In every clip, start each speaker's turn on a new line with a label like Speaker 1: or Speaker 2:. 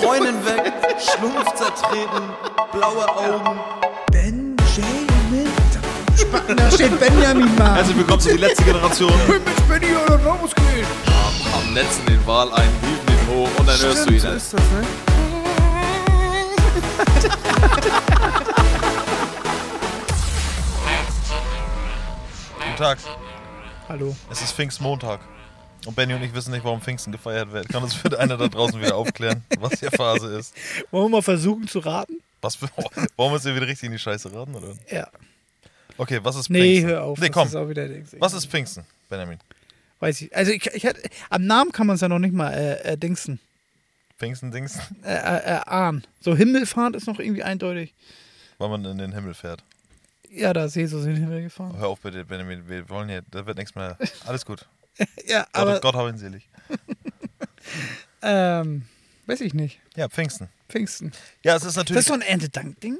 Speaker 1: Freundin weg, Schlumpf zertreten, blaue Augen.
Speaker 2: Benjamin. Spacken, Da steht Benjamin mal.
Speaker 3: Herzlich willkommen zu die letzte Generation.
Speaker 2: mit Benny oder losgehen.
Speaker 1: Am Netzen den Wal ein, hieben ihn hoch und dann hörst du ihn.
Speaker 3: halt.
Speaker 2: So ist das, ne?
Speaker 3: Guten Tag.
Speaker 2: Hallo.
Speaker 3: Es ist Pfingstmontag. Und Benny und ich wissen nicht, warum Pfingsten gefeiert wird. Kann uns bitte einer da draußen wieder aufklären, was hier Phase ist?
Speaker 4: Wollen wir mal versuchen zu raten?
Speaker 3: Was für, wollen wir uns hier wieder richtig in die Scheiße raten? Oder?
Speaker 4: Ja.
Speaker 3: Okay, was ist
Speaker 4: Nee,
Speaker 3: Pfingsten?
Speaker 4: hör auf.
Speaker 3: Nee,
Speaker 4: das
Speaker 3: komm.
Speaker 4: Ist auch wieder Dings.
Speaker 3: Was ist Pfingsten, Benjamin?
Speaker 4: Weiß ich. Also ich, ich hatte, am Namen kann man es ja noch nicht mal äh, äh, dingsen,
Speaker 3: Pfingsten, Dings,
Speaker 4: äh, äh, äh, ahnen. So Himmelfahrt ist noch irgendwie eindeutig.
Speaker 3: weil man in den Himmel fährt.
Speaker 4: Ja, da ist Jesus in den Himmel gefahren.
Speaker 3: Hör auf bitte, Benjamin. Wir wollen hier, da wird nichts mehr. Alles gut.
Speaker 4: Ja, aber
Speaker 3: Gott, Gott hab ihn selig.
Speaker 4: Ähm, weiß ich nicht.
Speaker 3: Ja, Pfingsten.
Speaker 4: Pfingsten.
Speaker 3: Ja, es ist
Speaker 4: Das
Speaker 3: natürlich.
Speaker 4: ist so ein Erntedank-Ding?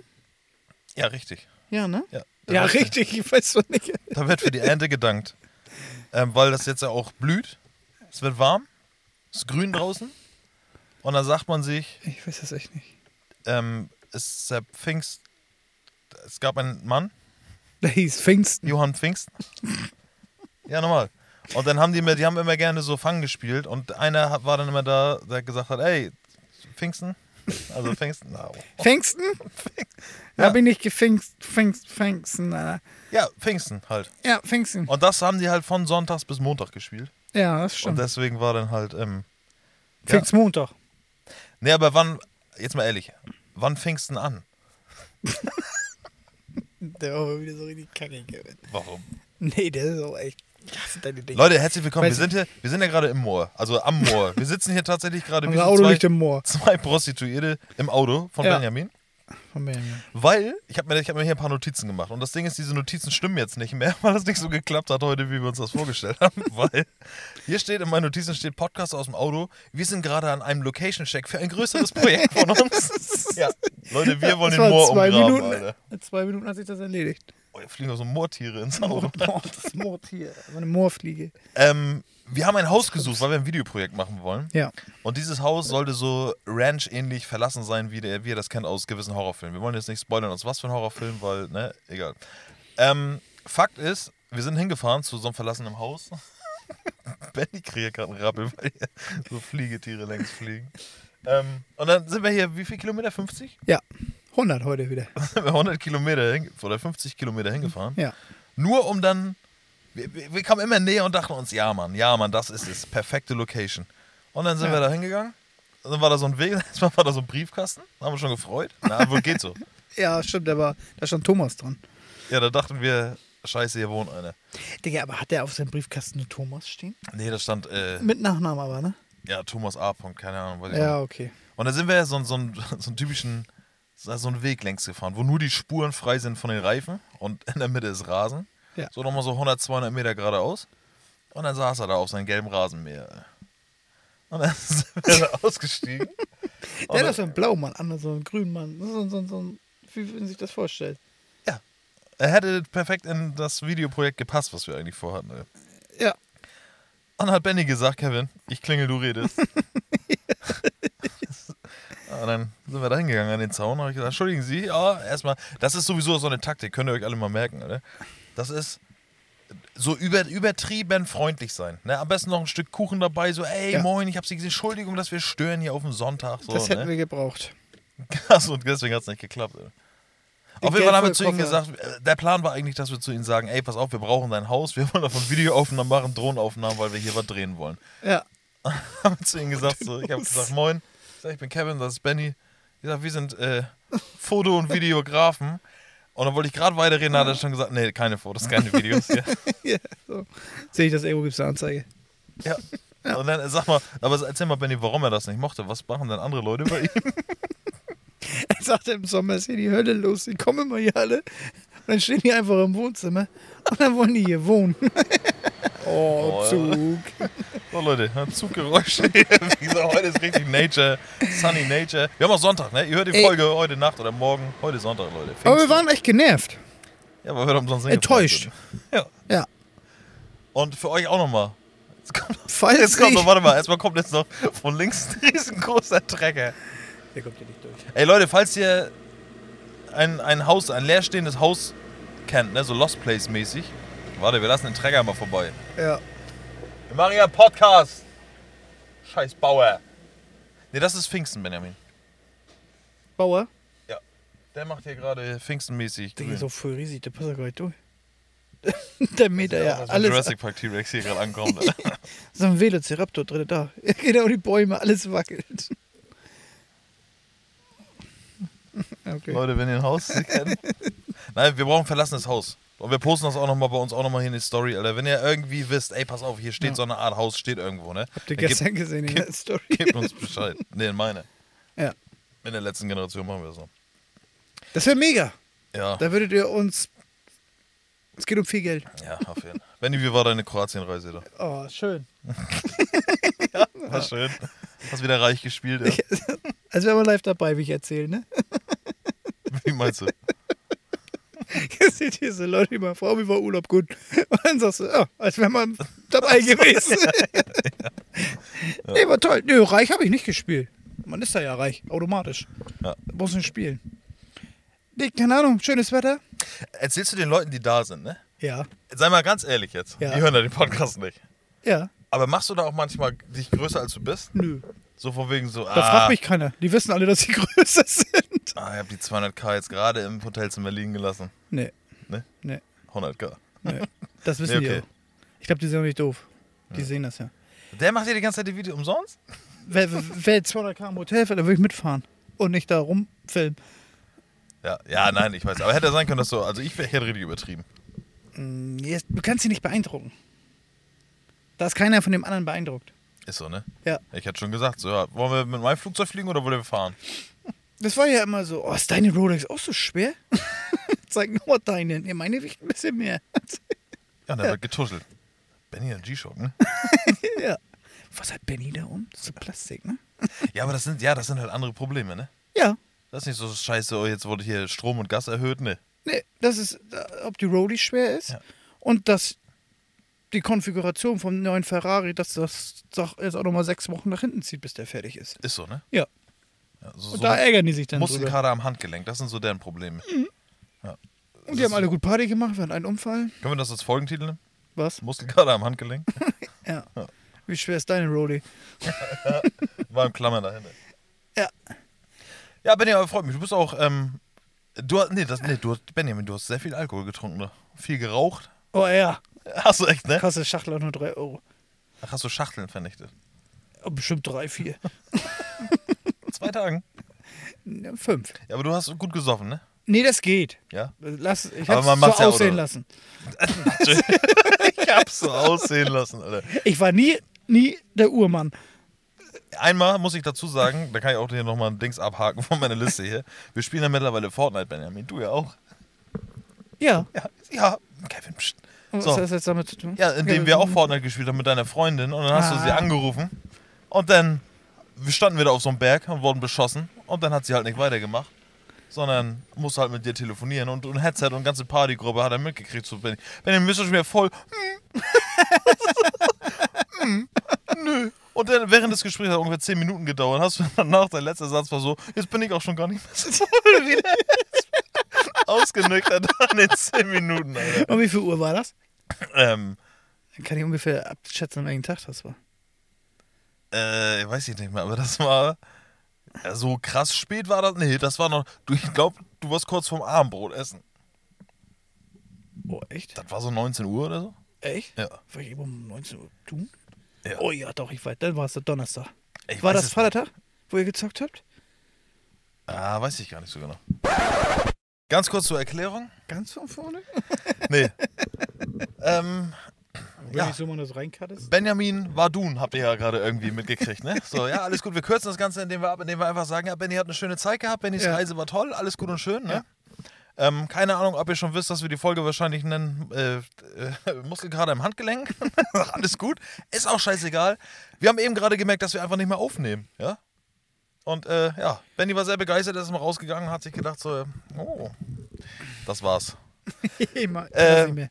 Speaker 3: ja, richtig.
Speaker 4: Ja, ne?
Speaker 3: Ja, da
Speaker 4: Ja,
Speaker 3: wird-
Speaker 4: richtig. Ich weiß so nicht.
Speaker 3: Da wird für die Ernte gedankt. Ähm, weil das jetzt ja auch blüht. Es wird warm. Es ist grün draußen. Und dann sagt man sich,
Speaker 4: Ich weiß das echt nicht.
Speaker 3: ähm, es ist der Pfingst. Es gab einen Mann,
Speaker 4: Der hieß Pfingsten.
Speaker 3: Johann Pfingsten. Ja, nochmal. Und dann haben die immer, die haben immer gerne so Fang gespielt. Und einer hat- war dann immer da, der gesagt hat, ey, Pfingsten. Also Pfingsten. Na,
Speaker 4: Pfingsten? Da bin ich gefingst. Pfingst, Pfingsten. Alter.
Speaker 3: Ja, Pfingsten halt.
Speaker 4: Ja, Pfingsten.
Speaker 3: Und das haben die halt von Sonntags bis Montag gespielt.
Speaker 4: Ja, das
Speaker 3: Und
Speaker 4: stimmt.
Speaker 3: deswegen war dann halt, ähm,
Speaker 4: Pfingstmontag.
Speaker 3: Nee, aber wann, jetzt mal ehrlich, wann fängst du denn an?
Speaker 4: Der war wieder so richtig kacke gewesen.
Speaker 3: Warum?
Speaker 4: Nee, der ist auch echt. Das sind deine Dinge.
Speaker 3: Leute, herzlich willkommen. Wir
Speaker 4: Weiß
Speaker 3: sind, hier, wir sind ja gerade im Moor, also am Moor. Wir sitzen hier tatsächlich gerade wie
Speaker 4: Unser
Speaker 3: so
Speaker 4: Also Auto
Speaker 3: zwei,
Speaker 4: liegt im Moor.
Speaker 3: zwei Prostituierte im Auto von
Speaker 4: Ja.
Speaker 3: Benjamin.
Speaker 4: Von Benjamin.
Speaker 3: Weil, ich habe mir, ich hab mir hier ein paar Notizen gemacht. Und das Ding ist, diese Notizen stimmen jetzt nicht mehr, weil das nicht so geklappt hat heute, wie wir uns das vorgestellt haben. Weil hier steht in meinen Notizen steht Podcast aus dem Auto. Wir sind gerade an einem Location-Check für ein größeres Projekt von uns. ja. Leute, wir wollen
Speaker 4: Das
Speaker 3: den
Speaker 4: waren
Speaker 3: Moor
Speaker 4: zwei
Speaker 3: umgraben,
Speaker 4: Minuten.
Speaker 3: Alter.
Speaker 4: In zwei Minuten hat sich das erledigt.
Speaker 3: Oh, hier fliegen auch so Moortiere ins Auto.
Speaker 4: Boah, das Moortier. So eine Moorfliege.
Speaker 3: Ähm, wir haben ein Haus gesucht, weil wir ein Videoprojekt machen wollen.
Speaker 4: Ja.
Speaker 3: Und dieses Haus sollte so Ranch-ähnlich verlassen sein, wie, der, wie ihr das kennt aus gewissen Horrorfilmen. Wir wollen jetzt nicht spoilern, aus was für ein Horrorfilm, weil, ne, egal. Ähm, Fakt ist, wir sind hingefahren zu so einem verlassenen Haus. Benny kriegt gerade einen Rappel, weil hier so Fliegetiere längs fliegen. Ähm, und dann sind wir hier, wie viel Kilometer? 50?
Speaker 4: Ja. 100 heute wieder.
Speaker 3: Sind wir 100 Kilometer hin, oder 50 Kilometer hingefahren.
Speaker 4: Ja.
Speaker 3: Nur um dann. Wir, wir wir kamen immer näher und dachten uns, ja, Mann, ja, Mann, das ist es. Perfekte Location. Und dann sind
Speaker 4: Ja.
Speaker 3: wir da hingegangen. Dann war da so ein Weg, erstmal war da so ein Briefkasten. Da haben wir schon gefreut. Na, wohl geht so.
Speaker 4: Ja, stimmt, aber da stand Thomas dran.
Speaker 3: Ja, da dachten wir, Scheiße, hier wohnt einer.
Speaker 4: Digga, aber hat der auf seinem Briefkasten eine Thomas stehen?
Speaker 3: Nee, da stand, äh,
Speaker 4: Mit Nachnamen aber, ne?
Speaker 3: ja, Thomas A. Punkt, keine Ahnung. Weiß ich
Speaker 4: Ja,
Speaker 3: nicht.
Speaker 4: okay.
Speaker 3: Und da sind wir ja so, so, einen, so einen typischen, so einen Weg längs gefahren, wo nur die Spuren frei sind von den Reifen und in der Mitte ist Rasen.
Speaker 4: Ja.
Speaker 3: So nochmal so 100, 200 Meter geradeaus. Und dann saß er da auf seinem gelben Rasenmäher. Und dann sind wir da ausgestiegen.
Speaker 4: Der hat doch so einen blauen Mann an, so einen grünen Mann. So, so, so, so, wie man sich das vorstellt.
Speaker 3: Ja. Er hätte perfekt in das Videoprojekt gepasst, was wir eigentlich vorhatten. ey.
Speaker 4: Ja.
Speaker 3: Und dann hat Benny gesagt, Kevin, ich klingel, du redest. Und dann sind wir da hingegangen an den Zaun und habe ich gesagt, entschuldigen Sie, ja, erstmal, das ist sowieso so eine Taktik, könnt ihr euch alle mal merken, oder? Das ist so über, übertrieben freundlich sein. Ne? Am besten noch ein Stück Kuchen dabei, so, ey,
Speaker 4: Ja.
Speaker 3: moin, ich habe Sie gesehen, Entschuldigung, dass wir stören hier auf dem Sonntag. So,
Speaker 4: das hätten
Speaker 3: ne?
Speaker 4: wir gebraucht.
Speaker 3: Achso, und deswegen hat es nicht geklappt. Ey. Auf jeden Fall haben wir zu ihnen
Speaker 4: Geldvollkoffer.
Speaker 3: gesagt, äh, der Plan war eigentlich, dass wir zu ihnen sagen, ey, pass auf, wir brauchen dein Haus, wir wollen davon Videoaufnahmen machen, Drohnenaufnahmen, weil wir hier was drehen wollen.
Speaker 4: Ja.
Speaker 3: Haben wir zu ihnen gesagt, so, ich habe gesagt, moin, ich, sag, ich bin Kevin, das ist Benny. Ich sag, wir sind äh, Foto- und Videografen. Und dann wollte ich gerade weiterreden, da hat er schon gesagt, nee, keine Fotos, keine Videos. Ja.
Speaker 4: ja so. Sehe ich das irgendwo, gibt es eine Anzeige.
Speaker 3: ja. Und dann äh, sag mal, aber erzähl mal, Benny, warum er das nicht mochte. Was machen denn andere Leute bei ihm?
Speaker 4: Er sagte, im Sommer ist hier die Hölle los, die kommen immer hier alle. Und dann stehen die einfach im Wohnzimmer und dann wollen die hier wohnen. oh, Zug.
Speaker 3: So Oh, Leute, ja, Zuggeräusche hier. Wie gesagt, heute ist richtig Nature, Sunny Nature. Wir haben auch Sonntag, ne? Ihr hört die
Speaker 4: Ey.
Speaker 3: Folge heute Nacht oder morgen. Heute ist Sonntag, Leute.
Speaker 4: Aber wir
Speaker 3: Pfingsten.
Speaker 4: waren echt genervt.
Speaker 3: ja, weil wir doch umsonst nicht
Speaker 4: Enttäuscht.
Speaker 3: gefahren sind. Ja.
Speaker 4: Ja.
Speaker 3: Und für euch auch nochmal. Jetzt kommt,
Speaker 4: Falls
Speaker 3: jetzt kommt
Speaker 4: ich-
Speaker 3: noch, warte mal, erstmal kommt jetzt noch von links ein riesengroßer Trecker.
Speaker 4: Der kommt hier nicht durch.
Speaker 3: Ey Leute, falls ihr ein, ein Haus, ein leerstehendes Haus kennt, ne, so Lost Place mäßig. Warte, wir lassen den Trecker mal vorbei.
Speaker 4: Ja.
Speaker 3: Wir machen ja einen Podcast. Scheiß Bauer. Ne, das ist Pfingsten, Benjamin.
Speaker 4: Bauer?
Speaker 3: Der macht hier gerade Pfingstenmäßig.
Speaker 4: Der
Speaker 3: grün.
Speaker 4: ist auch voll riesig, der passt ja gar nicht durch. Also, der mäht ja,
Speaker 3: Ja,
Speaker 4: ja
Speaker 3: dass mit
Speaker 4: alles.
Speaker 3: Jurassic Park T-Rex hier gerade ankommt. Alter.
Speaker 4: So ein Velociraptor drin, da. genau, die Bäume, alles wackelt. okay.
Speaker 3: Leute, wenn ihr ein Haus kennt. Nein, wir brauchen ein verlassenes Haus. Und wir posten das auch nochmal bei uns auch nochmal hier in die Story, Alter. Wenn ihr irgendwie wisst, ey, pass auf, hier steht so eine Art Haus, steht irgendwo, ne?
Speaker 4: Habt ihr
Speaker 3: Dann
Speaker 4: gestern gesehen in der Story?
Speaker 3: Gebt, gebt uns Bescheid. Ne, in meine.
Speaker 4: Ja.
Speaker 3: In der letzten Generation machen wir das noch.
Speaker 4: Das wäre mega.
Speaker 3: Ja,
Speaker 4: Da würdet ihr uns. Es geht um viel Geld.
Speaker 3: ja, auf jeden Fall. Benni, wie war deine Kroatienreise da?
Speaker 4: Oh, schön.
Speaker 3: War schön. Hast wieder reich gespielt, ja.
Speaker 4: Also wenn man live dabei, wie ich erzähle, ne?
Speaker 3: Wie meinst du?
Speaker 4: Ihr seht hier so Leute, die mal Frau, wie war Urlaub gut? Und dann sagst du, ja, als wäre man dabei gewesen. Nee, war toll. Nö, reich habe ich nicht gespielt. Man ist da ja reich, automatisch.
Speaker 3: Ja.
Speaker 4: Da muss man spielen. Nee, keine Ahnung, schönes Wetter.
Speaker 3: Erzählst du den Leuten, die da sind, ne?
Speaker 4: Ja.
Speaker 3: Sei mal ganz ehrlich jetzt.
Speaker 4: Ja.
Speaker 3: Die hören ja den Podcast nicht.
Speaker 4: Ja.
Speaker 3: Aber machst du da auch manchmal dich größer, als du bist?
Speaker 4: Nö.
Speaker 3: So von wegen so,
Speaker 4: Da
Speaker 3: ah,
Speaker 4: fragt mich keiner. Die wissen alle, dass sie größer sind.
Speaker 3: Ah, ich habe die 200k jetzt gerade im Hotelzimmer liegen gelassen.
Speaker 4: Nee,
Speaker 3: Ne?
Speaker 4: nee,
Speaker 3: 100k.
Speaker 4: nee. Das wissen
Speaker 3: Nee,
Speaker 4: die
Speaker 3: okay.
Speaker 4: auch. Ich glaube, die sind auch nicht doof. Die sehen das ja.
Speaker 3: Der macht dir die ganze Zeit die Video umsonst?
Speaker 4: Wer, wer jetzt 200k im Hotel fährt, dann würde ich mitfahren. Und nicht da rumfilmen.
Speaker 3: Ja, ja, nein, ich weiß. Aber hätte sein können, dass so, also ich wär- hätte richtig übertrieben.
Speaker 4: Jetzt- Du kannst sie nicht beeindrucken. Da ist keiner von dem anderen beeindruckt.
Speaker 3: Ist so, ne?
Speaker 4: Ja.
Speaker 3: Ich hätte schon gesagt, so, ja, wollen wir mit meinem Flugzeug fliegen oder wollen wir fahren?
Speaker 4: Das war ja immer so, oh, ist deine Rolex auch so schwer? Zeig nur mal deine. Nee, meine wiegt ein bisschen mehr.
Speaker 3: Ja, und dann wird getuschelt. Benny und G-Shock, ne?
Speaker 4: ja. Was hat Benny da um? Das ist so Plastik, ne?
Speaker 3: Ja, aber das sind, ja, das sind halt andere Probleme, ne?
Speaker 4: Ja.
Speaker 3: Das ist nicht so scheiße, oh, jetzt wurde hier Strom und Gas erhöht, ne?
Speaker 4: Nee, das ist, äh, ob die Rolex schwer ist
Speaker 3: Ja.
Speaker 4: und dass die Konfiguration vom neuen Ferrari, dass das doch jetzt auch nochmal sechs Wochen nach hinten zieht, bis der fertig ist.
Speaker 3: Ist so, ne?
Speaker 4: Ja.
Speaker 3: Ja, so,
Speaker 4: Und
Speaker 3: so halt-
Speaker 4: da ärgern die sich dann
Speaker 3: mussten
Speaker 4: drüber.
Speaker 3: gerade am Handgelenk, das sind so deren Probleme.
Speaker 4: Und die haben alle gut Party gemacht, wir hatten einen Unfall.
Speaker 3: Können wir das als Folgentitel nehmen?
Speaker 4: Was?
Speaker 3: Muskelkater am Handgelenk?
Speaker 4: Ja. Wie schwer ist deine Rolex?
Speaker 3: War im Klammern dahinter.
Speaker 4: Ja.
Speaker 3: Ja, Benjamin, freut mich. Du bist auch, ähm, du hast, nee, das, nee, du hast, Benjamin, du hast sehr viel Alkohol getrunken, ne? Viel geraucht.
Speaker 4: Oh ja.
Speaker 3: Hast du echt, ne?
Speaker 4: Kasse Schachtel auch nur 3 Euro.
Speaker 3: Ach, hast du Schachteln vernichtet.
Speaker 4: Oh, bestimmt 3, 4.
Speaker 3: Zwei Tagen.
Speaker 4: 5.
Speaker 3: Ja, aber du hast gut gesoffen, ne?
Speaker 4: Nee, das geht.
Speaker 3: Ja.
Speaker 4: Lass, ich
Speaker 3: Aber
Speaker 4: hab's
Speaker 3: man
Speaker 4: so
Speaker 3: macht's ja auch,
Speaker 4: aussehen
Speaker 3: oder?
Speaker 4: lassen.
Speaker 3: Ich hab's so aussehen lassen, Alter.
Speaker 4: Ich war nie, nie der Urmann.
Speaker 3: Einmal muss ich dazu sagen, da kann ich auch hier nochmal ein Dings abhaken von meiner Liste hier. Wir spielen ja mittlerweile Fortnite, Benjamin. Du ja auch.
Speaker 4: Ja.
Speaker 3: Ja, ja. Kevin, pst.
Speaker 4: Und
Speaker 3: So.
Speaker 4: Was hat das jetzt damit zu tun?
Speaker 3: Ja, indem wir auch Fortnite gespielt haben mit deiner Freundin und dann hast du sie
Speaker 4: Ah.
Speaker 3: angerufen und dann standen wir da auf so einem Berg und wurden beschossen und dann hat sie halt nicht weitergemacht, sondern musste halt mit dir telefonieren und ein Headset und ganze Partygruppe hat er mitgekriegt. So, Benny, Benny, müsst ihr schon wieder voll. hm. Hm. Nö. Und dann während des Gesprächs hat ungefähr 10 Minuten gedauert. Hast du danach, dein letzter Satz war so: Jetzt bin ich auch schon gar nicht mehr so voll wieder. Ausgenüchtert an den 10 Minuten, Alter.
Speaker 4: Und wie viel Uhr war das?
Speaker 3: Ähm,
Speaker 4: Dann kann ich ungefähr abschätzen, an welchem Tag das war.
Speaker 3: Äh, weiß ich nicht mehr, aber das war. Ja, so krass spät war das. Nee, das war noch. Du, ich glaube, du warst kurz vorm Abendbrot essen.
Speaker 4: Oh, echt?
Speaker 3: Das war so 19 Uhr oder so?
Speaker 4: Echt?
Speaker 3: Ja.
Speaker 4: War ich eben um 19 Uhr tun?
Speaker 3: Ja.
Speaker 4: Oh ja, doch, ich weiß. Dann war es der Donnerstag.
Speaker 3: Ich
Speaker 4: war
Speaker 3: weiß
Speaker 4: das
Speaker 3: es-
Speaker 4: Vatertag, wo ihr gezockt habt?
Speaker 3: Ah, weiß ich gar nicht so genau. Ganz kurz zur Erklärung.
Speaker 4: Ganz von vorne?
Speaker 3: Nee. ähm,
Speaker 4: Wenn
Speaker 3: Ja.
Speaker 4: ich so mal das reinkartest?
Speaker 3: Benjamin Wadun habt ihr ja gerade irgendwie mitgekriegt, ne? So, ja, alles gut. Wir kürzen das Ganze, indem wir ab, indem wir einfach sagen, ja, Benny hat eine schöne Zeit gehabt, Bennys
Speaker 4: Ja.
Speaker 3: Reise war toll, alles gut und schön, ne? Ähm, keine Ahnung, ob ihr schon wisst, dass wir die Folge wahrscheinlich nennen äh, äh, Muskelkater im Handgelenk. alles gut. Ist auch scheißegal. Wir haben eben gerade gemerkt, dass wir einfach nicht mehr aufnehmen, ja? Und äh, ja, Benny war sehr begeistert, ist mal rausgegangen, hat sich gedacht so, oh, das war's.
Speaker 4: Immer.
Speaker 3: Äh,
Speaker 4: Äh,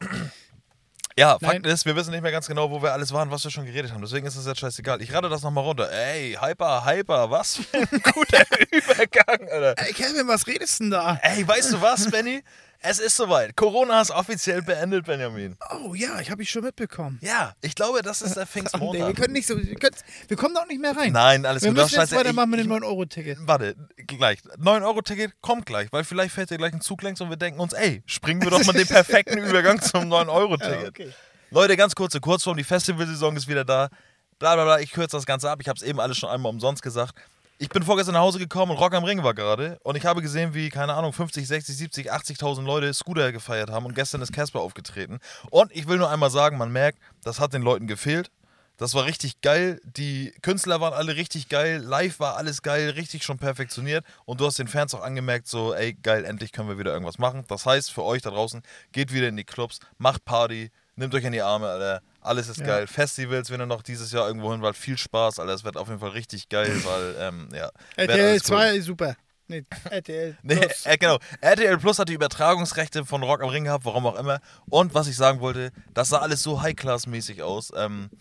Speaker 3: Ja,
Speaker 4: Nein.
Speaker 3: Fakt ist, wir wissen nicht mehr ganz genau, wo wir alles waren, was wir schon geredet haben. Deswegen ist es jetzt scheißegal. Ich rate das nochmal runter. Ey, Hyper, Hyper, was für ein guter Übergang, Alter.
Speaker 4: Ey, Kevin, was redest denn da?
Speaker 3: Ey, weißt du was, Benny? Es ist soweit. Corona ist offiziell beendet, Benjamin.
Speaker 4: Oh ja, ich habe ich schon mitbekommen.
Speaker 3: Ja, ich glaube, das ist der
Speaker 4: Nee, wir
Speaker 3: Pfingstmontag.
Speaker 4: können nicht so, wir, können, wir kommen doch nicht mehr rein.
Speaker 3: Nein, alles
Speaker 4: wir
Speaker 3: gut. das
Speaker 4: müssen jetzt
Speaker 3: scheiße-
Speaker 4: weitermachen mit
Speaker 3: ich-
Speaker 4: dem 9-Euro-Ticket.
Speaker 3: Warte, gleich. 9-Euro-Ticket kommt gleich, weil vielleicht fährt dir gleich ein Zug längs und wir denken uns, ey, springen wir doch mal den perfekten Übergang zum 9-Euro-Ticket. Leute, ganz kurze Kurzform, die Festivalsaison ist wieder da. Bla bla bla, ich kürze das Ganze ab. Ich habe es eben alles schon einmal umsonst gesagt. Ich bin vorgestern nach Hause gekommen und Rock am Ring war gerade und ich habe gesehen, wie, keine Ahnung, 50, 60, 70, 80.000 Leute Scooter gefeiert haben und gestern ist Casper aufgetreten. Und ich will nur einmal sagen, man merkt, das hat den Leuten gefehlt. Das war richtig geil. Die Künstler waren alle richtig geil. Live war alles geil, richtig schon perfektioniert. Und du hast den Fans auch angemerkt, so, ey, geil, endlich können wir wieder irgendwas machen. Das heißt, für euch da draußen, geht wieder in die Clubs, macht Party, nehmt euch in die Arme, Alter. Alles ist geil. Festivals, wenn ihr noch dieses Jahr irgendwo hin wollt, viel Spaß, Alter. Es wird auf jeden Fall richtig geil, weil, ähm, ja. wird
Speaker 4: RTL
Speaker 3: alles cool.
Speaker 4: 2, super. Nee, RTL
Speaker 3: Nee,
Speaker 4: Plus.
Speaker 3: äh, genau. RTL Plus hat die Übertragungsrechte von Rock am Ring gehabt, warum auch immer. Und was ich sagen wollte, das sah alles so High-Class-mäßig aus. Ähm,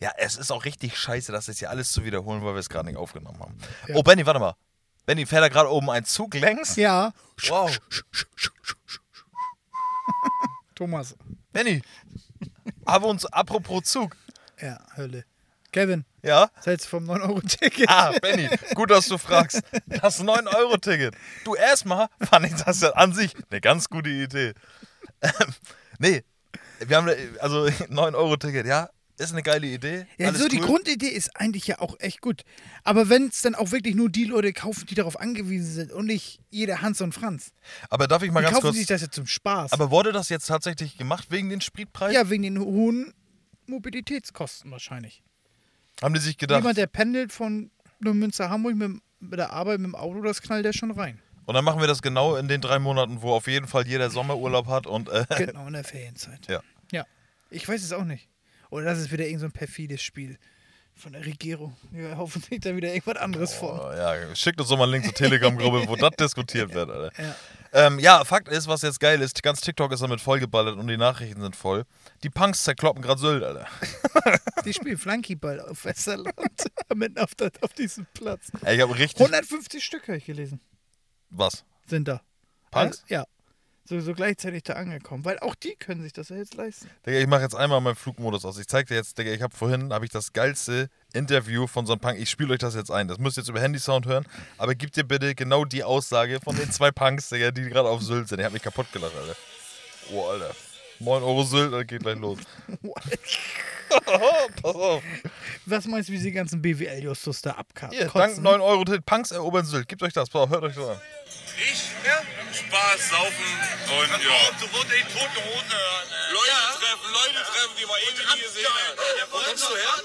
Speaker 3: ja, es ist auch richtig scheiße, das jetzt hier alles zu wiederholen, weil wir es gerade nicht aufgenommen haben. Oh, Benny, warte mal. Benny, fährt da gerade oben ein Zug längs?
Speaker 4: Ja,
Speaker 3: Wow.
Speaker 4: Thomas.
Speaker 3: Benny, haben wir uns, apropos Zug.
Speaker 4: Ja, Hölle. Kevin,
Speaker 3: Ja?
Speaker 4: selbst vom 9-Euro-Ticket.
Speaker 3: Ah, Benny, gut, dass du fragst. Das 9-Euro-Ticket. Du, erstmal fand ich das ja an sich eine ganz gute Idee. Ähm, nee, wir haben, ne- also 9-Euro-Ticket, ja, ist eine geile Idee.
Speaker 4: Ja,
Speaker 3: alles
Speaker 4: so die
Speaker 3: cool.
Speaker 4: Grundidee ist eigentlich ja auch echt gut. Aber wenn es dann auch wirklich nur die Leute kaufen, die darauf angewiesen sind und nicht jeder Hans und Franz.
Speaker 3: Aber darf ich mal
Speaker 4: Die
Speaker 3: ganz
Speaker 4: kaufen
Speaker 3: kurz.
Speaker 4: sich das ja zum Spaß.
Speaker 3: Aber wurde das jetzt tatsächlich gemacht wegen den Spritpreisen?
Speaker 4: ja, wegen den hohen Mobilitätskosten wahrscheinlich.
Speaker 3: Haben die sich gedacht.
Speaker 4: Jemand, der pendelt von Münster Hamburg mit, dem- mit der Arbeit mit dem Auto, das knallt der schon rein.
Speaker 3: Und dann machen wir das genau in den drei Monaten, wo auf jeden Fall jeder Sommerurlaub hat und. Äh,
Speaker 4: Genau, in der Ferienzeit.
Speaker 3: ja.
Speaker 4: Ja. Ich weiß es auch nicht. Oder das ist wieder irgend so ein perfides Spiel von der Regierung. Wir hoffen nicht, da wieder irgendwas anderes vor.
Speaker 3: Oh, ja, schickt uns doch mal einen Link zur Telegram-Gruppe, wo das diskutiert wird, Alter.
Speaker 4: Ja.
Speaker 3: Ähm, ja, Fakt ist, was jetzt geil ist, ganz TikTok ist damit vollgeballert und die Nachrichten sind voll. Die Punks zerkloppen gerade Sylt, Alter.
Speaker 4: Die spielen Flankyball auf Westerland. mitten auf, der, auf diesem Platz.
Speaker 3: Ey, ich hab richtig...
Speaker 4: 150 Stück habe ich gelesen.
Speaker 3: Was?
Speaker 4: Sind da.
Speaker 3: Punks?
Speaker 4: Ja. So, so gleichzeitig da angekommen. Weil auch die können sich das ja jetzt leisten.
Speaker 3: Digga, ich mache jetzt einmal meinen Flugmodus aus. Ich zeig dir jetzt, Digga, ich habe vorhin hab ich das geilste Interview von so einem Punk. Ich spiele euch das jetzt ein. Das müsst ihr jetzt über Handysound hören. Aber gib dir bitte genau die Aussage von den zwei Punks, Digga, die gerade auf Sylt sind. Ich hab mich kaputt gelacht, Alter. Oh, Alter. 9 Euro Sylt, Alter, geht gleich los. Pass auf.
Speaker 4: Was meinst du, wie die ganzen BWL-Justus da abkamen?
Speaker 3: Hier, dank 9 Euro Tipp, Punks erobern Sylt. Gebt euch das. Pass auf, hört euch das an.
Speaker 5: Ich? Spaß, saufen und ja. Du wolltest die toten Hosen hören. Leute treffen, Leute treffen, die man ewig nie gesehen hat. Wo kommst du her?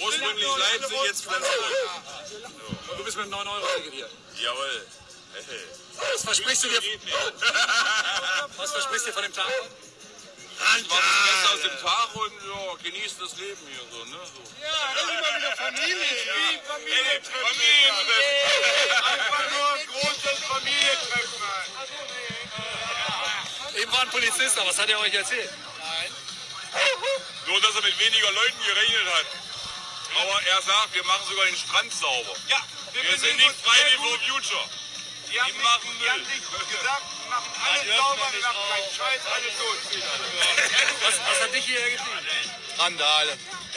Speaker 5: Ursprünglich Leipzig, jetzt Flensburg. Du bist mit 9 Euro hier. Jawohl. Was versprichst du dir? Was versprichst du dir von dem Tag? Ich war das Beste aus dem Tag und ja, genießt das Leben hier so, ne? So. Ja, das ist mal wieder Familie. Ja. Familientreffen. Einfach nur ein großes Familientreffen. Eben war ein Polizist, aber was hat er euch erzählt? Nein. Nur, dass er mit weniger Leuten gerechnet hat. Aber er sagt, wir machen sogar den Strand sauber. Ja, wir, sind nicht Friday for Future. Die haben, machen nicht, die haben nicht gesagt, wir machen alles sauber, wir machen keinen Scheiß, alles gut. Was, hat dich hierher getrieben?
Speaker 6: Randale.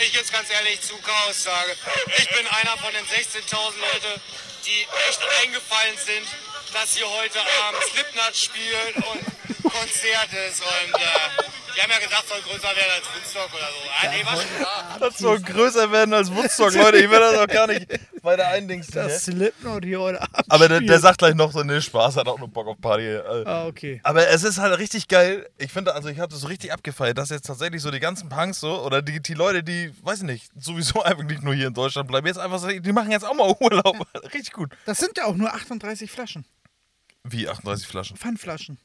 Speaker 6: Ich jetzt ganz ehrlich zu Chaos sage, ich bin einer von den 16.000 Leute, die echt eingefallen sind, dass hier heute Abend Slipknot spielt und Konzert ist und äh, die haben ja gedacht, soll größer werden als Woodstock oder so. Ah, nee, war schon klar.
Speaker 3: Das soll größer werden als Woodstock, Leute. Ich will das auch gar nicht bei der Eindings.
Speaker 4: Das Slipknot hier heute Abend.
Speaker 3: Ne? Aber der, der
Speaker 4: spielt.
Speaker 3: sagt gleich noch so, ne, Spaß, hat auch nur Bock auf Party. Äh,
Speaker 4: Ah, okay.
Speaker 3: Aber es ist halt richtig geil. Ich finde, also ich habe das so richtig abgefeiert, dass jetzt tatsächlich so die ganzen Punks so oder die, die Leute, die, weiß ich nicht, sowieso einfach nicht nur hier in Deutschland bleiben, jetzt einfach so, die machen jetzt auch mal Urlaub. Richtig gut.
Speaker 4: Das sind ja auch nur 38 Flaschen.
Speaker 3: Wie 38 Flaschen?
Speaker 4: Pfandflaschen.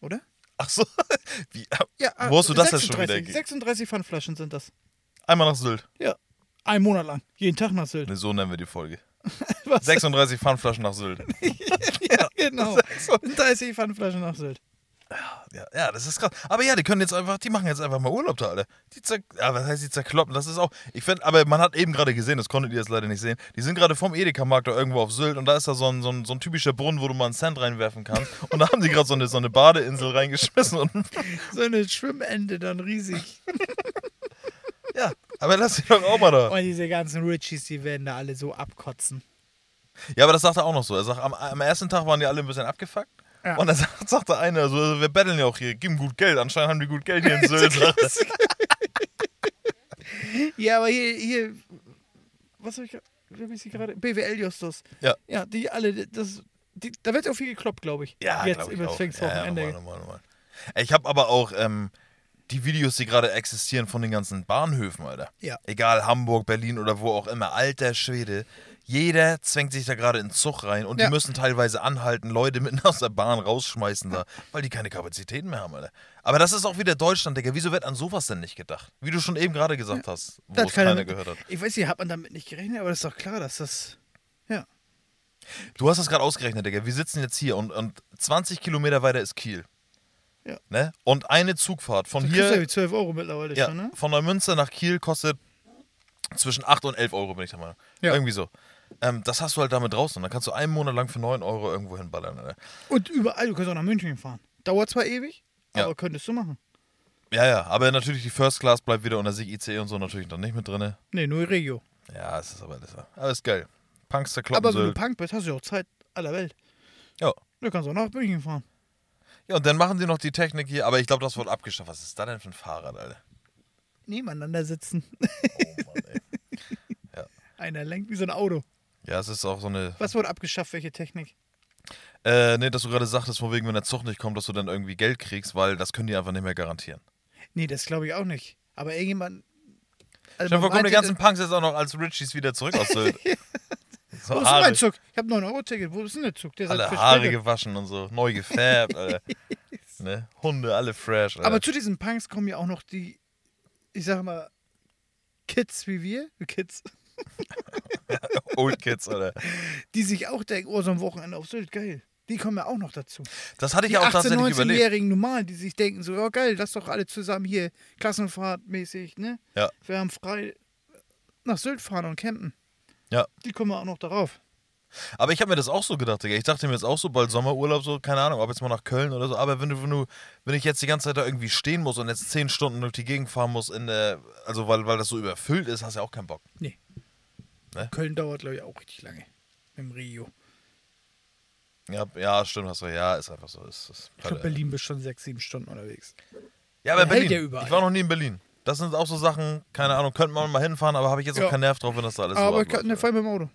Speaker 4: Oder?
Speaker 3: Ach so. Wie,
Speaker 4: Ja,
Speaker 3: wo hast du das jetzt schon
Speaker 4: 36,
Speaker 3: wieder? ge-
Speaker 4: 36 Pfandflaschen sind das.
Speaker 3: Einmal nach Sylt.
Speaker 4: Ja. Ein Monat lang. Jeden Tag nach Sylt.
Speaker 3: Ne, so nennen wir die Folge.
Speaker 4: Was?
Speaker 3: 36 Pfandflaschen nach Sylt.
Speaker 4: ja, genau. 36 Pfandflaschen nach Sylt.
Speaker 3: Ja, ja, das ist krass. Aber ja, die können jetzt einfach, die machen jetzt einfach mal Urlaub da alle. Die zer ja, was heißt, die zerkloppen, das ist auch. Ich finde, aber man hat eben gerade gesehen, das konntet ihr jetzt leider nicht sehen. Die sind gerade vom Edeka-Markt da irgendwo auf Sylt und da ist da so ein, so, ein, so ein typischer Brunnen, wo du mal einen Cent reinwerfen kannst. Und da haben die gerade so eine, so eine Badeinsel reingeschmissen und
Speaker 4: So eine Schwimmende dann riesig.
Speaker 3: ja. Aber lass die doch auch mal da.
Speaker 4: Und diese ganzen Richies, die werden da alle so abkotzen.
Speaker 3: Ja, aber das sagt er auch noch so. Er sagt, am, am ersten Tag waren die alle ein bisschen abgefuckt. Und dann sagt, sagt der eine, also, wir betteln ja auch hier, geben gut Geld. Anscheinend haben die gut Geld hier in Sylt. sagt er.
Speaker 4: Ja, aber hier, hier, was habe ich, wie hab ich sie gerade? BWL Justus.
Speaker 3: Ja.
Speaker 4: Ja, die alle, das, die, da wird auch viel gekloppt, glaube ich.
Speaker 3: Ja,
Speaker 4: Jetzt
Speaker 3: glaub ich
Speaker 4: über das
Speaker 3: auch.
Speaker 4: Pfingstwochenende.
Speaker 3: Ja, ja, normal, normal, normal. Ey, Ich habe aber auch ähm, die Videos, die gerade existieren von den ganzen Bahnhöfen, Alter.
Speaker 4: Ja.
Speaker 3: Egal, Hamburg, Berlin oder wo auch immer. Alter Schwede. Jeder zwängt sich da gerade in den Zug rein und
Speaker 4: Ja.
Speaker 3: die müssen teilweise anhalten, Leute mitten aus der Bahn rausschmeißen da, weil die keine Kapazitäten mehr haben, Alter. Aber das ist auch wieder Deutschland, Digga. Wieso wird an sowas denn nicht gedacht? Wie du schon eben gerade gesagt hast, wo
Speaker 4: Das
Speaker 3: es
Speaker 4: hat keiner
Speaker 3: keiner
Speaker 4: mit-
Speaker 3: gehört hat.
Speaker 4: Ich weiß nicht, hat man damit nicht gerechnet, aber das ist doch klar, dass das, ja.
Speaker 3: Du hast das gerade ausgerechnet, Digga. Wir sitzen jetzt hier und, und 20 Kilometer weiter ist Kiel.
Speaker 4: Ja.
Speaker 3: Ne? Und eine Zugfahrt von
Speaker 4: Du kriegst
Speaker 3: hier
Speaker 4: ja wie 12 Euro mittlerweile
Speaker 3: Ja,
Speaker 4: schon, ne?
Speaker 3: von Neumünster nach Kiel kostet zwischen 8 und 11 Euro, bin ich der Meinung.
Speaker 4: Ja.
Speaker 3: Irgendwie so. Ähm, das hast du halt damit draußen. Dann kannst du einen Monat lang für 9 Euro irgendwo hinballern. Alter.
Speaker 4: Und überall, du kannst auch nach München fahren. Dauert zwar ewig,
Speaker 3: Ja.
Speaker 4: aber könntest du machen.
Speaker 3: Ja, ja, aber natürlich die First Class bleibt wieder unter sich, ICE und so natürlich noch nicht mit drin.
Speaker 4: Nee, nur Regio.
Speaker 3: Ja, es ist aber alles, alles geil. Punkster
Speaker 4: Aber wenn du
Speaker 3: Kloppen
Speaker 4: Punk bist, hast du ja auch Zeit aller Welt.
Speaker 3: ja.
Speaker 4: Du kannst auch nach München fahren.
Speaker 3: ja, und dann machen sie noch die Technik hier, aber ich glaube, das wird abgeschafft. Was ist da denn für ein Fahrrad, Alter?
Speaker 4: Nebeneinander sitzen.
Speaker 3: Oh
Speaker 4: Einer lenkt wie so ein Auto.
Speaker 3: Ja, es ist auch so eine.
Speaker 4: Was wurde abgeschafft, welche Technik?
Speaker 3: Äh, nee, dass du gerade sagtest, von wegen, wenn der Zug nicht kommt, dass du dann irgendwie Geld kriegst, weil das können die einfach nicht mehr garantieren.
Speaker 4: Nee, das glaube ich auch nicht. Aber irgendjemand. Also
Speaker 3: Dann
Speaker 4: man
Speaker 3: kommen die
Speaker 4: meinte,
Speaker 3: ganzen Punks jetzt auch noch als Richies wieder zurück aus Sylt. so
Speaker 4: Wo ist denn mein Zug? Ich habe 9-Euro-Ticket. Wo ist halt denn der Zug? Der sagt
Speaker 3: alle
Speaker 4: für
Speaker 3: Haare
Speaker 4: später.
Speaker 3: gewaschen und so, neu gefärbt, Alter. ne? Hunde, alle fresh, Alter.
Speaker 4: Aber zu diesen Punks kommen ja auch noch die, ich sag mal, Kids wie wir, Kids,
Speaker 3: Old Kids, Alter.
Speaker 4: die sich auch denken, oh, so ein Wochenende auf Sylt, geil. Die kommen ja auch noch dazu.
Speaker 3: Das hatte ich
Speaker 4: Die
Speaker 3: ja auch
Speaker 4: 18-,
Speaker 3: tatsächlich überlegt.
Speaker 4: 19-jährigen Normalen, die sich denken, so, ja geil, lass doch alle zusammen hier, Klassenfahrtmäßig, ne?
Speaker 3: Ja.
Speaker 4: Wir haben frei nach Sylt fahren und campen.
Speaker 3: Ja.
Speaker 4: Die kommen ja auch noch darauf.
Speaker 3: Aber ich habe mir das auch so gedacht, Digga. Ich dachte mir jetzt auch so, bald Sommerurlaub, so, keine Ahnung, ob jetzt mal nach Köln oder so. Aber wenn du, wenn du, wenn ich jetzt die ganze Zeit da irgendwie stehen muss und jetzt zehn Stunden durch die Gegend fahren muss, in der, also weil, weil das so überfüllt ist, hast du ja auch keinen Bock.
Speaker 4: Nee.
Speaker 3: Ne?
Speaker 4: Köln dauert, glaube ich, auch richtig lange. Im Rio.
Speaker 3: Ja, ja stimmt, hast du, ja, ist einfach so. Ist, ist
Speaker 4: Ich glaube,
Speaker 3: Alter.
Speaker 4: Berlin bist schon sechs, sieben Stunden unterwegs.
Speaker 3: Ja, aber
Speaker 4: Man hält
Speaker 3: Berlin.
Speaker 4: ja überall.
Speaker 3: Ich war noch nie in Berlin. Das sind auch so Sachen, keine Ahnung, könnte man mal hinfahren, aber habe ich jetzt
Speaker 4: Ja.
Speaker 3: auch keinen Nerv drauf, wenn das da alles
Speaker 4: Aber ich
Speaker 3: so
Speaker 4: kann ne,
Speaker 3: abläuft.
Speaker 4: fahr mit dem Auto.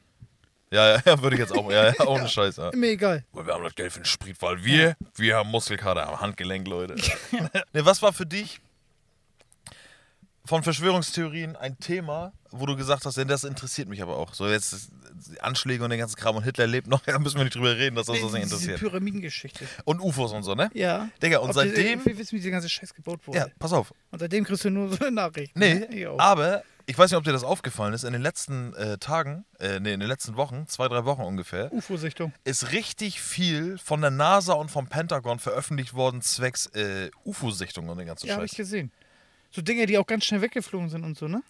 Speaker 3: Ja, ja, ja, würde ich jetzt auch, ja, ja, ohne Scheiß. Ja.
Speaker 4: Mir egal.
Speaker 3: Weil wir haben das Geld für den Sprit, weil wir, wir haben Muskelkater am Handgelenk, Leute. ne, was war für dich von Verschwörungstheorien ein Thema, wo du gesagt hast, denn das interessiert mich aber auch. So jetzt ist- die Anschläge und den ganzen Kram und Hitler lebt noch, da müssen wir nicht drüber reden, dass uns das nicht
Speaker 4: Diese
Speaker 3: Also interessiert.
Speaker 4: Pyramidengeschichte.
Speaker 3: Und UFOs und so, ne?
Speaker 4: Ja.
Speaker 3: Digga, und
Speaker 4: Ob
Speaker 3: seitdem-
Speaker 4: Die, wir wissen, wie dieser ganze Scheiß gebaut wurde.
Speaker 3: Ja, pass auf.
Speaker 4: Und seitdem kriegst du nur so ne? Nachrichten.
Speaker 3: Nee, Ah.
Speaker 4: Ich auch.
Speaker 3: aber ich weiß nicht, ob dir das aufgefallen ist. In den letzten äh, Tagen, äh, nee, in den letzten Wochen, zwei, drei Wochen ungefähr,
Speaker 4: UFO-Sichtung.
Speaker 3: ist richtig viel von der NASA und vom Pentagon veröffentlicht worden, zwecks äh, UFO-Sichtungen und den ganzen
Speaker 4: Ja, habe ich
Speaker 3: Scheiß.
Speaker 4: gesehen. So Dinge, die auch ganz schnell weggeflogen sind und so, ne?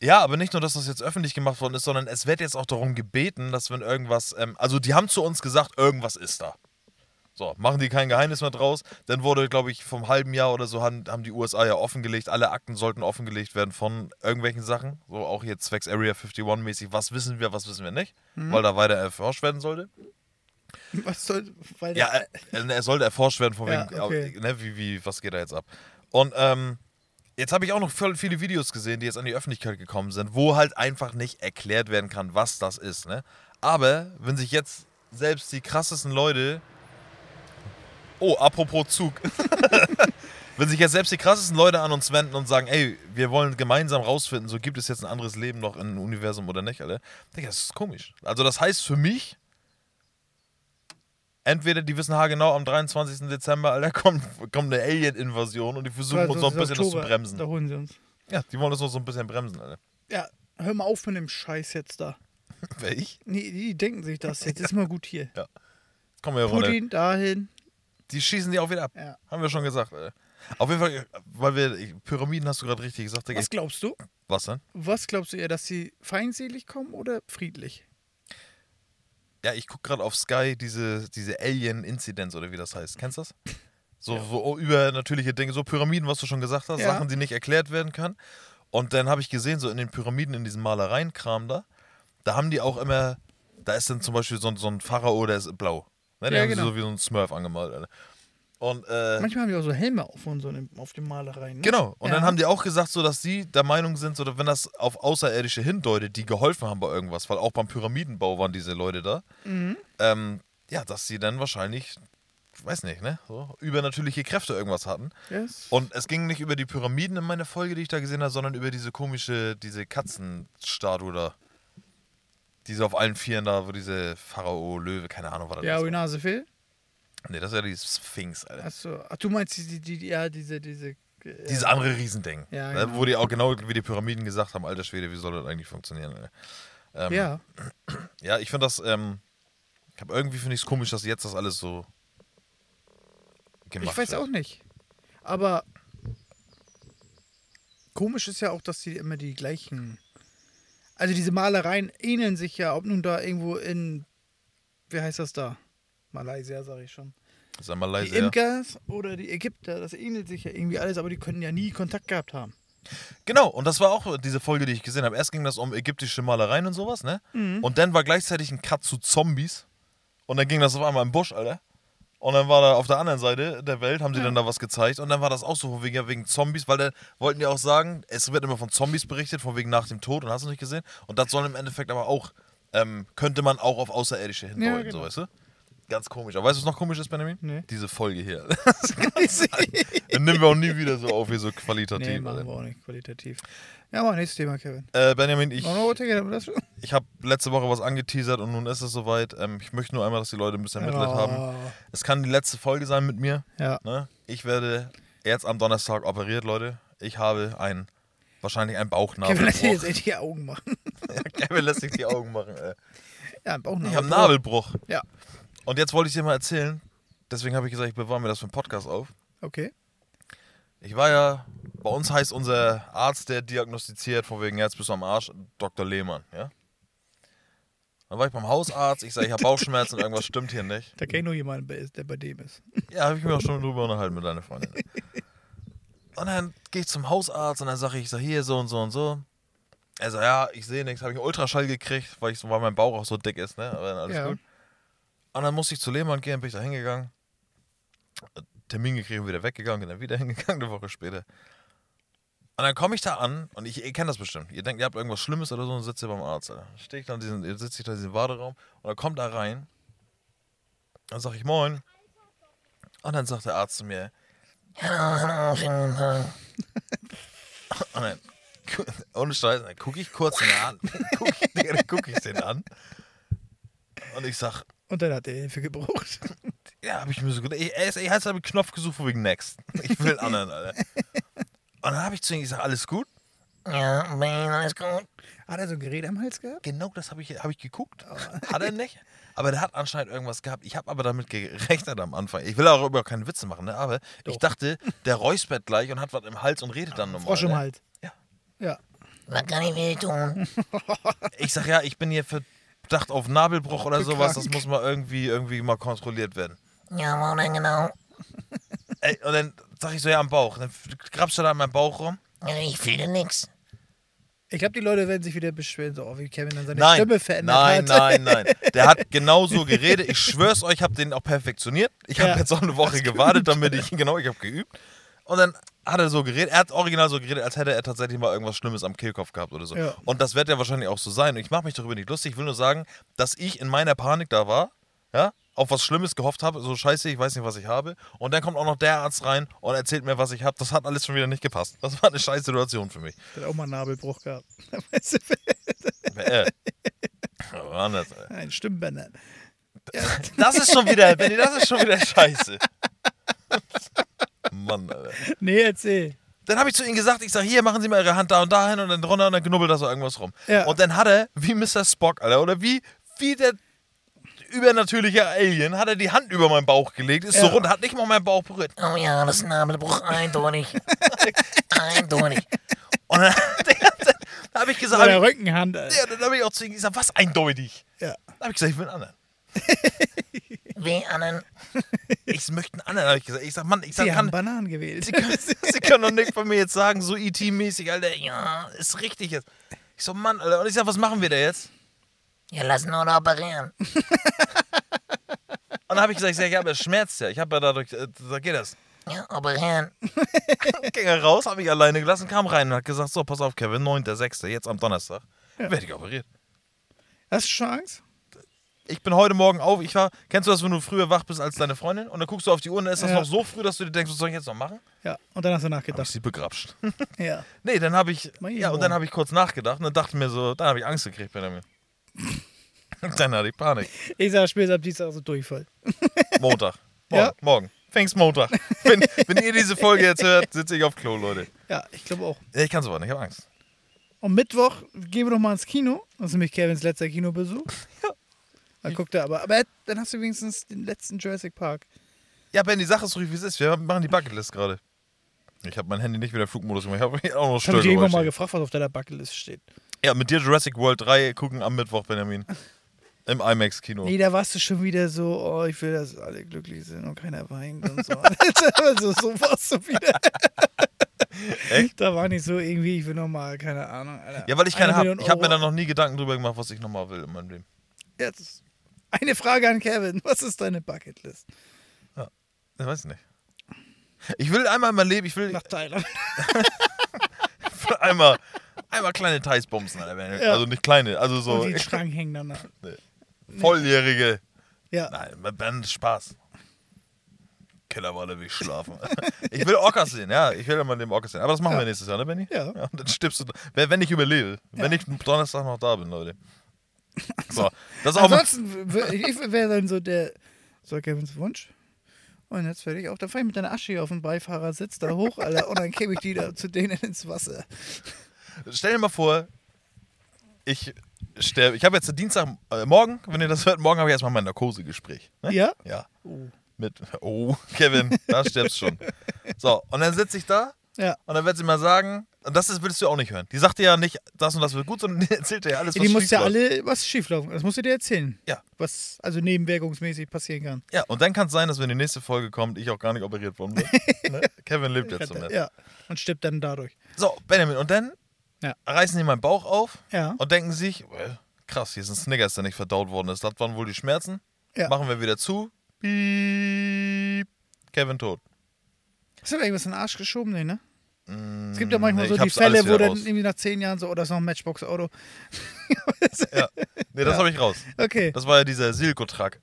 Speaker 3: Ja, aber nicht nur, dass das jetzt öffentlich gemacht worden ist, sondern es wird jetzt auch darum gebeten, dass wenn irgendwas, ähm, also die haben zu uns gesagt, irgendwas ist da. So, machen die kein Geheimnis mehr draus. Dann wurde, glaube ich, vom halben Jahr oder so haben, haben die USA ja offengelegt, alle Akten sollten offengelegt werden von irgendwelchen Sachen. So auch hier zwecks Area 51-mäßig, was wissen wir, was wissen wir nicht, weil da weiter erforscht werden sollte.
Speaker 4: Was soll. Weil
Speaker 3: Ja, äh, äh, er sollte erforscht werden, von
Speaker 4: Ja,
Speaker 3: wegen,
Speaker 4: okay.
Speaker 3: äh, ne, wie, wie, was geht da jetzt ab? Und ähm, jetzt habe ich auch noch voll viele Videos gesehen, die jetzt an die Öffentlichkeit gekommen sind, wo halt einfach nicht erklärt werden kann, was das ist. Ne? Aber wenn sich jetzt selbst die krassesten Leute. Oh, apropos Zug. wenn sich jetzt selbst die krassesten Leute an uns wenden und sagen, ey, wir wollen gemeinsam rausfinden, so gibt es jetzt ein anderes Leben noch im Universum oder nicht, Alter. Digga, das ist komisch. Also das heißt für mich, entweder die wissen haargenau, am 23. Dezember, Alter, kommt, kommt eine Alien-Invasion und die versuchen uns noch ein bisschen das zu bremsen.
Speaker 4: Da holen sie uns.
Speaker 3: Ja, die wollen uns noch so ein bisschen bremsen, Alter.
Speaker 4: Ja, hör mal auf mit dem Scheiß jetzt da.
Speaker 3: Wer ich?
Speaker 4: Nee, die denken sich das. Jetzt ist mal gut hier.
Speaker 3: Jetzt kommen wir ja runter.
Speaker 4: Putin dahin.
Speaker 3: Die schießen die auch wieder ab.
Speaker 4: Ja.
Speaker 3: Haben wir schon gesagt. Alter. Auf jeden Fall, weil wir, ich- Pyramiden hast du gerade richtig gesagt. Digga.
Speaker 4: Was glaubst du?
Speaker 3: was denn?
Speaker 4: Was glaubst du eher, dass sie feindselig kommen oder friedlich?
Speaker 3: Ja, ich gucke gerade auf Sky diese, diese Alien-Inzidenz oder wie das heißt. Kennst du das? So, so übernatürliche Dinge, so Pyramiden, was du schon gesagt hast,
Speaker 4: Ja.
Speaker 3: Sachen, die nicht erklärt werden kann. Und dann habe ich gesehen, so in den Pyramiden, in diesem Malereienkram da, da haben die auch immer, da ist dann zum Beispiel so, ein- so ein Pharao, der ist blau. Ne, der
Speaker 4: Ja,
Speaker 3: haben sie
Speaker 4: genau.
Speaker 3: so wie so ein Smurf angemalt. Alter. Und äh,
Speaker 4: Manchmal haben die auch so Helme auf und so in- auf den Malereien. Ne?
Speaker 3: Genau. Und
Speaker 4: ja.
Speaker 3: dann haben die auch gesagt, so dass sie der Meinung sind, so, dass wenn das auf Außerirdische hindeutet, die geholfen haben bei irgendwas, weil auch beim Pyramidenbau waren diese Leute da.
Speaker 4: Mhm.
Speaker 3: Ähm, ja, dass sie dann wahrscheinlich, weiß nicht, ne, so, übernatürliche Kräfte irgendwas hatten.
Speaker 4: Yes.
Speaker 3: Und es ging nicht über die Pyramiden in meiner Folge, die ich da gesehen habe, sondern über diese komische, diese Katzenstatue da. Diese auf allen Vieren da, wo diese Pharao, Löwe, keine Ahnung, was das
Speaker 4: Ja,
Speaker 3: ist.
Speaker 4: wo die Nase fehlt.
Speaker 3: Nee, das ist ja die Sphinx, Alter.
Speaker 4: Achso. Ach, du meinst die, die, die ja, diese, diese. äh,
Speaker 3: Dieses andere Riesending.
Speaker 4: Ja,
Speaker 3: Da,
Speaker 4: genau.
Speaker 3: Wo die auch genau wie die Pyramiden gesagt haben, alter Schwede, wie soll das eigentlich funktionieren? Ey? Ähm,
Speaker 4: ja.
Speaker 3: Ja, ich finde das, ähm, ich hab irgendwie finde ich es komisch, dass jetzt das alles so gemacht
Speaker 4: Ich weiß
Speaker 3: wird.
Speaker 4: auch nicht. Aber komisch ist ja auch, dass sie immer die gleichen. Also diese Malereien ähneln sich ja, ob nun da irgendwo in. Wie heißt das da? Malaysia, sage ich schon.
Speaker 3: Sag mal
Speaker 4: Die
Speaker 3: leise. Ja.
Speaker 4: Imker oder die Ägypter, das ähnelt sich ja irgendwie alles, aber die können ja nie Kontakt gehabt haben.
Speaker 3: Genau, und das war auch diese Folge, die ich gesehen habe. Erst ging das um ägyptische Malereien und sowas, ne?
Speaker 4: Mhm.
Speaker 3: Und dann war gleichzeitig ein Cut zu Zombies. Und dann ging das auf einmal im Busch, Alter. Und dann war da auf der anderen Seite der Welt, haben sie dann da was gezeigt. Und dann war das auch so von wegen, ja, wegen Zombies, weil da wollten die auch sagen, es wird immer von Zombies berichtet, von wegen nach dem Tod und hast du nicht gesehen. Und das soll im Endeffekt aber auch, ähm, könnte man auch auf Außerirdische hindeuten,
Speaker 4: Ja, genau.
Speaker 3: so weißt du? Ganz komisch. Aber weißt du, was noch komisch ist, Benjamin?
Speaker 4: Nee.
Speaker 3: Diese Folge hier. Dann nehmen wir auch nie wieder so auf, wie so qualitativ.
Speaker 4: Nee,
Speaker 3: Alter.
Speaker 4: machen wir auch nicht qualitativ. Ja, aber nächstes Thema, Kevin.
Speaker 3: Äh, Benjamin, ich,
Speaker 4: Noch eine Urteil, aber das schon.
Speaker 3: ich habe letzte Woche was angeteasert und nun ist es soweit. Ähm, ich möchte nur einmal, dass die Leute ein bisschen Mitleid
Speaker 4: Oh.
Speaker 3: haben. Es kann die letzte Folge sein mit mir.
Speaker 4: Ja.
Speaker 3: Ne? Ich werde jetzt am Donnerstag operiert, Leute. Ich habe ein, wahrscheinlich einen Bauchnabel.
Speaker 4: Kevin, lass dir jetzt echt die Augen machen.
Speaker 3: Kevin lässt sich die Augen machen. Ey.
Speaker 4: Ja, Bauchnabel.
Speaker 3: Ich habe einen Nabelbruch.
Speaker 4: Ja,
Speaker 3: Und jetzt wollte ich dir mal erzählen. Deswegen habe ich gesagt, ich bewahre mir das für den Podcast auf.
Speaker 4: okay.
Speaker 3: Ich war ja, bei uns heißt unser Arzt, der diagnostiziert, von wegen, jetzt bist du am Arsch, Dr. Lehmann, ja? Dann war ich beim Hausarzt, ich sage, ich habe Bauchschmerzen, irgendwas stimmt hier nicht.
Speaker 4: Da kenne ich nur jemanden, bei- der bei dem ist.
Speaker 3: Ja, habe ich mir auch schon drüber unterhalten mit deiner Freundin. Und dann gehe ich zum Hausarzt und dann sage ich, ich sage, hier so und so und so. Er sagt, ja, ich sehe nichts, habe ich einen Ultraschall gekriegt, weil, ich, weil mein Bauch auch so dick ist, ne? Aber dann alles
Speaker 4: Ja.
Speaker 3: gut. Und dann musste ich zu Lehmann gehen, bin ich da hingegangen. Termin gekriegt und wieder weggegangen, bin dann wieder hingegangen, eine Woche später. Und dann komme ich da an und ich, ihr kennt das bestimmt. Ihr denkt, ihr habt irgendwas Schlimmes oder so und sitzt ihr beim Arzt. Alter. Dann Stehe ich da in diesen, jetzt sitze ich da in diesem Warteraum und dann kommt da rein. Dann sage ich Moin. Und dann sagt der Arzt zu mir. und dann, ohne Scheiß, dann gucke ich kurz den an. Guck, ich- Digga, dann gucke ich den an. Und ich sag,
Speaker 4: Und dann hat er Hilfe gebraucht.
Speaker 3: ja, habe ich mir so gedacht. Ich, er ist- er hat einen Knopf gesucht von wegen Next. Ich will einen anderen, Alter. Und dann habe ich zu ihm gesagt, alles gut? Ja, man, alles gut.
Speaker 4: Hat er so ein Gerät am Hals gehabt?
Speaker 3: Genau das habe ich, hab ich geguckt. Hat er nicht. Aber der hat anscheinend irgendwas gehabt. Ich habe aber damit gerechnet am Anfang. Ich will auch überhaupt keine Witze machen, ne? aber ich dachte, der räuspert gleich und hat was im Hals und redet dann nochmal.
Speaker 4: Frosch im
Speaker 3: ne?
Speaker 4: Hals.
Speaker 3: Ja.
Speaker 4: Ja.
Speaker 3: Was kann ich mir tun? ich sag ja, ich bin hier verdacht auf Nabelbruch oder sowas. Das
Speaker 4: krank.
Speaker 3: muss mal irgendwie, irgendwie mal kontrolliert werden.
Speaker 7: Ja, wo denn genau?
Speaker 3: Ey, und dann sag ich so, ja, am Bauch. Dann grabst du da an meinem Bauch rum.
Speaker 7: Ja, Ich fühle nix.
Speaker 4: Ich glaube, die Leute werden sich wieder beschweren, so oh, wie Kevin dann seine
Speaker 3: Nein,
Speaker 4: Stimme verändert
Speaker 3: nein,
Speaker 4: hat.
Speaker 3: nein, nein. Der hat genau so geredet. Ich schwör's euch, ich habe den auch perfektioniert. Ich habe
Speaker 4: Ja.
Speaker 3: jetzt auch eine Woche gewartet, damit ich genau, ich habe geübt. Und dann hat er so geredet. Er hat original so geredet, als hätte er tatsächlich mal irgendwas Schlimmes am Kehlkopf gehabt oder so.
Speaker 4: Ja.
Speaker 3: Und das wird ja wahrscheinlich auch so sein. Und ich mache mich darüber nicht lustig. Ich will nur sagen, dass ich in meiner Panik da war, ja, auf was Schlimmes gehofft habe. So scheiße, ich weiß nicht, was ich habe. Und dann kommt auch noch der Arzt rein und erzählt mir, was ich habe. Das hat alles schon wieder nicht gepasst. Das war eine scheiß Situation für mich.
Speaker 4: Hat auch mal einen Nabelbruch gehabt.
Speaker 3: äh. Aber anders, ey.
Speaker 4: Nein, Stimmbänder.
Speaker 3: Das ist schon wieder, Benny, das ist schon wieder scheiße. Mann, Alter.
Speaker 4: Nee, erzähl.
Speaker 3: Dann habe ich zu ihm gesagt, ich sage, hier, machen Sie mal Ihre Hand da und da hin und dann drunter und dann knubbelt da so irgendwas rum.
Speaker 4: Ja.
Speaker 3: Und dann hat er, wie Mr. Spock, Alter, oder wie, wie der übernatürlicher Alien, hat er die Hand über meinen Bauch gelegt, ist so rund, hat nicht mal meinen Bauch berührt.
Speaker 7: Oh ja, das ist ein Nabelbruch, eindeutig. eindeutig.
Speaker 3: Und dann, dann habe ich gesagt,
Speaker 4: Bei der
Speaker 3: hab ich,
Speaker 4: Rückenhand, Alter.
Speaker 3: ja, dann habe ich auch zu ihm gesagt, was eindeutig?
Speaker 4: Ja.
Speaker 3: Dann habe ich gesagt, ich will einen anderen.
Speaker 7: Wie anderen.
Speaker 3: Ich möchte einen anderen, habe ich gesagt. Ich sag, Mann, ich sag,
Speaker 4: Sie haben
Speaker 3: kann,
Speaker 4: Bananen gewählt.
Speaker 3: Sie können doch nicht von mir jetzt sagen, so IT-mäßig, Alter, ja, ist richtig jetzt. Ich so, Mann, Alter, und ich sag, was machen wir da jetzt?
Speaker 7: Ja, lass nur noch operieren.
Speaker 3: Und dann habe ich gesagt, ich sag, ja, aber es schmerzt ja. Ich habe ja dadurch, äh, da geht das.
Speaker 7: Ja, operieren.
Speaker 3: Ging er raus, habe ich alleine gelassen, kam rein und hat gesagt, so, pass auf, Kevin, 9.6., jetzt am Donnerstag, werde ich operiert.
Speaker 4: Hast du schon Angst?
Speaker 3: Ich bin heute Morgen auf, ich war, kennst du das, wenn du früher wach bist als deine Freundin? Und dann guckst du auf die Uhr und dann ist das
Speaker 4: Ja.
Speaker 3: noch so früh, dass du dir denkst, was soll ich jetzt noch machen?
Speaker 4: Ja. Und dann hast
Speaker 3: Hab
Speaker 4: du
Speaker 3: ich
Speaker 4: nachgedacht.
Speaker 3: sie begrapscht.
Speaker 4: Ja.
Speaker 3: nee, dann habe ich,
Speaker 4: Mei,
Speaker 3: ja, und
Speaker 4: Junge.
Speaker 3: dann habe ich kurz nachgedacht und dann dachte ich mir so, dann habe ich Angst gekriegt, Benjamin. dann hatte ich Panik.
Speaker 4: Ich sag später ab Dienstag so Durchfall.
Speaker 3: Montag. Morgen.
Speaker 4: Ja.
Speaker 3: Morgen. Pfingstmontag. Wenn, wenn ihr diese Folge jetzt hört, sitze ich auf Klo, Leute.
Speaker 4: Ja, ich glaube auch.
Speaker 3: Ja, Ich kann es aber nicht, ich habe Angst.
Speaker 4: Am Mittwoch gehen wir noch mal ins Kino. Das ist nämlich Kevins letzter Kinobesuch. Dann guckt er aber. Aber dann hast du wenigstens den letzten Jurassic Park.
Speaker 3: Ja, Ben, die Sache ist ruhig, wie es ist. Wir machen die Bucketlist gerade. Ich habe mein Handy nicht wieder Flugmodus gemacht. Ich habe mich auch noch
Speaker 4: Ich habe dich irgendwann mal
Speaker 3: stört.
Speaker 4: gefragt, was auf deiner Bucketlist steht.
Speaker 3: Ja, mit dir Jurassic World 3 gucken am Mittwoch, Benjamin. Im IMAX-Kino.
Speaker 4: Nee, da warst du schon wieder so, oh, ich will, dass alle glücklich sind und keiner weint und so. also, so warst du wieder.
Speaker 3: Echt?
Speaker 4: Da war nicht so irgendwie, ich will nochmal, keine Ahnung. Alter.
Speaker 3: Ja, weil ich keine
Speaker 4: Eine
Speaker 3: habe.
Speaker 4: Million
Speaker 3: Ich habe
Speaker 4: Euro.
Speaker 3: mir da noch nie Gedanken drüber gemacht, was ich nochmal will in meinem Leben.
Speaker 4: Jetzt eine Frage an Kevin. Was ist deine Bucketlist?
Speaker 3: Ich weiß nicht. Ich will einmal in meinem Leben, ich will
Speaker 4: Nach Thailand.
Speaker 3: einmal, einmal kleine Thais bumsen. Alter, Benjamin.
Speaker 4: Ja.
Speaker 3: Also nicht kleine, also
Speaker 4: Und
Speaker 3: so
Speaker 4: die in den Schrank hängen danach.
Speaker 3: volljährige.
Speaker 4: Ja.
Speaker 3: Nein, mit Band Spaß. Kellerwalle will ich schlafen. ich will Orcas sehen, ja. Ich will ja mal den Orcas sehen. Aber das machen wir nächstes Jahr, ne, Benni?
Speaker 4: Ja.
Speaker 3: dann stirbst du. Wenn wenn ich überlebe. Wenn ich Donnerstag noch da bin, Leute. So, das ist auch mal.
Speaker 4: Also, Ansonsten wär- ich wäre dann so der, so Kevins Wunsch. Und jetzt werde ich auch, dann fahre ich mit deiner Asche hier auf den Beifahrersitz da hoch, Alter, und dann käme ich die da zu denen ins Wasser.
Speaker 3: Stell dir mal vor, ich sterbe. Ich habe jetzt Dienstag, äh, morgen, wenn ihr das hört, morgen habe ich erstmal mein Narkosegespräch. Ne?
Speaker 4: Ja?
Speaker 3: Ja. Mit, oh, Kevin, da stirbst schon. So, und dann sitze ich da
Speaker 4: Ja.
Speaker 3: Und dann wird sie mal sagen, und das ist, willst du auch nicht hören. Die sagt dir ja nicht, das und das wird gut, sondern die erzählt dir ja alles, was
Speaker 4: Die muss ja
Speaker 3: schiefläuft.
Speaker 4: alle was schieflaufen. Das musst du dir erzählen.
Speaker 3: Ja.
Speaker 4: Was also nebenwirkungsmäßig passieren kann.
Speaker 3: Ja, und dann kann es sein, dass wenn die nächste Folge kommt, ich auch gar nicht operiert worden bin. ne? Kevin lebt jetzt zumindest.
Speaker 4: Ja. Und stirbt dann dadurch.
Speaker 3: So, Benjamin, und dann
Speaker 4: Ja.
Speaker 3: reißen die meinen Bauch auf
Speaker 4: Ja.
Speaker 3: und denken sich, well, krass, hier ist ein Snickers, der nicht verdaut worden ist. Das waren wohl die Schmerzen.
Speaker 4: Ja.
Speaker 3: Machen wir wieder zu. Piep. Kevin tot.
Speaker 4: Hast du da irgendwas in den Arsch geschoben? Nee, ne? Es gibt ja
Speaker 3: Mm, nee,
Speaker 4: manchmal
Speaker 3: ich
Speaker 4: so die
Speaker 3: hab's alles
Speaker 4: Fälle, wo
Speaker 3: wieder
Speaker 4: dann
Speaker 3: raus.
Speaker 4: irgendwie nach zehn Jahren so, oh, das ist noch ein Matchbox-Auto.
Speaker 3: Ja. Nee, das habe ich raus.
Speaker 4: Okay.
Speaker 3: Das war ja dieser Silko-Truck.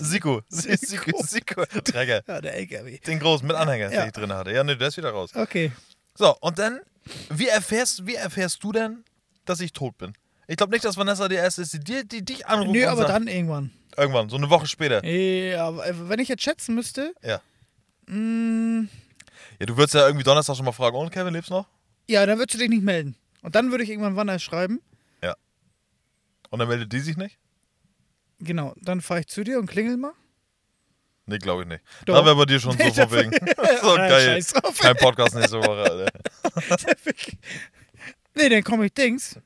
Speaker 3: Siko. Siko. Siko-Tracker.
Speaker 4: ja, der LKW.
Speaker 3: Den großen mit Anhänger,
Speaker 4: Ja.
Speaker 3: den ich drin hatte. Ja, ne, der ist wieder raus.
Speaker 4: Okay.
Speaker 3: So, und dann, wie erfährst, wie erfährst du denn, dass ich tot bin? Ich glaube nicht, dass Vanessa die erste ist, die, dir- die dich anruft.
Speaker 4: Nö,
Speaker 3: und
Speaker 4: aber
Speaker 3: sagt,
Speaker 4: dann irgendwann.
Speaker 3: Irgendwann, so eine Woche später.
Speaker 4: Ja, aber wenn ich jetzt schätzen müsste,
Speaker 3: Ja.
Speaker 4: Mm.
Speaker 3: Ja, du würdest ja irgendwie Donnerstag schon mal fragen, und Kevin, lebst noch?
Speaker 4: ja, dann würdest du dich nicht melden. Und dann würde ich irgendwann Wanner schreiben.
Speaker 3: Und dann meldet die sich nicht?
Speaker 4: Genau, dann fahre ich zu dir und klingel mal.
Speaker 3: Nee, glaube ich nicht.
Speaker 4: Doch.
Speaker 3: Da wäre bei dir schon so
Speaker 4: Nee,
Speaker 3: von
Speaker 4: da-
Speaker 3: wegen. so
Speaker 4: Ja,
Speaker 3: geil.
Speaker 4: scheiß drauf.
Speaker 3: Kein Podcast nächste Woche, Alter.
Speaker 4: Nee, dann komme ich Dings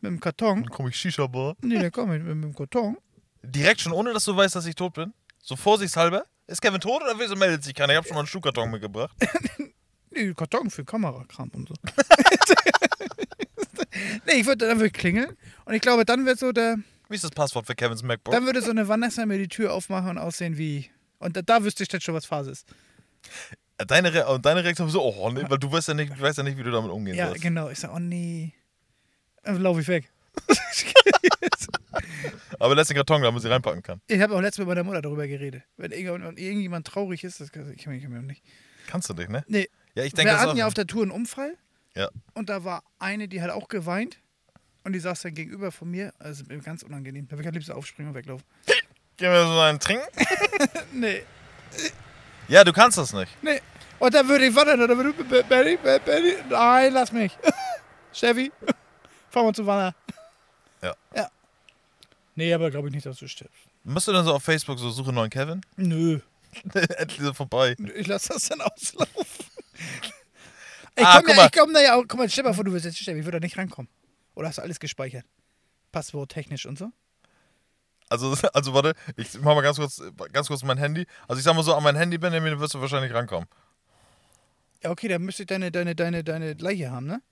Speaker 4: mit dem Karton.
Speaker 3: Dann komme ich Shisha-Bar.
Speaker 4: Nee, dann komme ich mit, mit dem Karton.
Speaker 3: Direkt schon, ohne dass du weißt, dass ich tot bin? So vorsichtshalber? Ist Kevin tot oder wieso meldet sich keiner? Ich habe schon mal einen Schuhkarton mitgebracht.
Speaker 4: Nee, Karton für Kamerakram und so. nee, ich würde dann würde ich klingeln. Und ich glaube, dann wird so der.
Speaker 3: Wie ist das Passwort für Kevins MacBook?
Speaker 4: Dann würde so eine Vanessa mir die Tür aufmachen und aussehen wie. Und da, da wüsste ich dann schon, was Phase ist.
Speaker 3: Deine, Re und deine Reaktion war so, oh nee, weil du weißt ja nicht, du weißt ja nicht, wie du damit umgehen
Speaker 4: Ja,
Speaker 3: sollst.
Speaker 4: genau. Ich sage, oh nee. Dann laufe ich weg.
Speaker 3: Aber lässt den Karton, damit sie reinpacken kann.
Speaker 4: Ich habe auch letztes Mal mit meiner Mutter darüber geredet. Wenn irgendjemand, irgendjemand traurig ist, das kann ich kann mich ich kann mich nicht.
Speaker 3: Kannst du dich, ne?
Speaker 4: Nee.
Speaker 3: Ja, ich denke,
Speaker 4: Wir
Speaker 3: das
Speaker 4: hatten
Speaker 3: auch.
Speaker 4: ja auf der Tour einen Unfall
Speaker 3: Ja.
Speaker 4: und da war eine, die hat auch geweint und die saß dann gegenüber von mir. Also mir ganz unangenehm. Da würde ich am liebsten aufspringen und weglaufen.
Speaker 3: Gehen wir so einen trinken?
Speaker 4: Nee,
Speaker 3: Ja, du kannst das nicht.
Speaker 4: nee. Und dann würde ich wandern und dann würde ich, Be- Benny, Be- Benny, nein, lass mich. Steffi, fahren wir zu Wanner.
Speaker 3: Ja.
Speaker 4: Ja. Nee, aber glaube ich nicht, dass du stirbst.
Speaker 3: Müsst ihr dann so auf Facebook so Suche neuen Kevin?
Speaker 4: Nö.
Speaker 3: Endlich so vorbei.
Speaker 4: Ich lasse das dann auslaufen. Ich
Speaker 3: Ah,
Speaker 4: komme
Speaker 3: guck
Speaker 4: da,
Speaker 3: mal.
Speaker 4: ich komm da ja auch. Guck mal, stell mal vor, du wirst jetzt sterben. Ich würde da nicht rankommen. Oder hast du alles gespeichert? Passwort technisch und so?
Speaker 3: Also, also warte, ich mach mal ganz kurz, ganz kurz mein Handy. Also ich sag mal so, an mein Handy, Benjamin, dann wirst du wahrscheinlich rankommen.
Speaker 4: Ja, okay, dann müsste ich deine, deine, deine, deine Leiche haben, ne?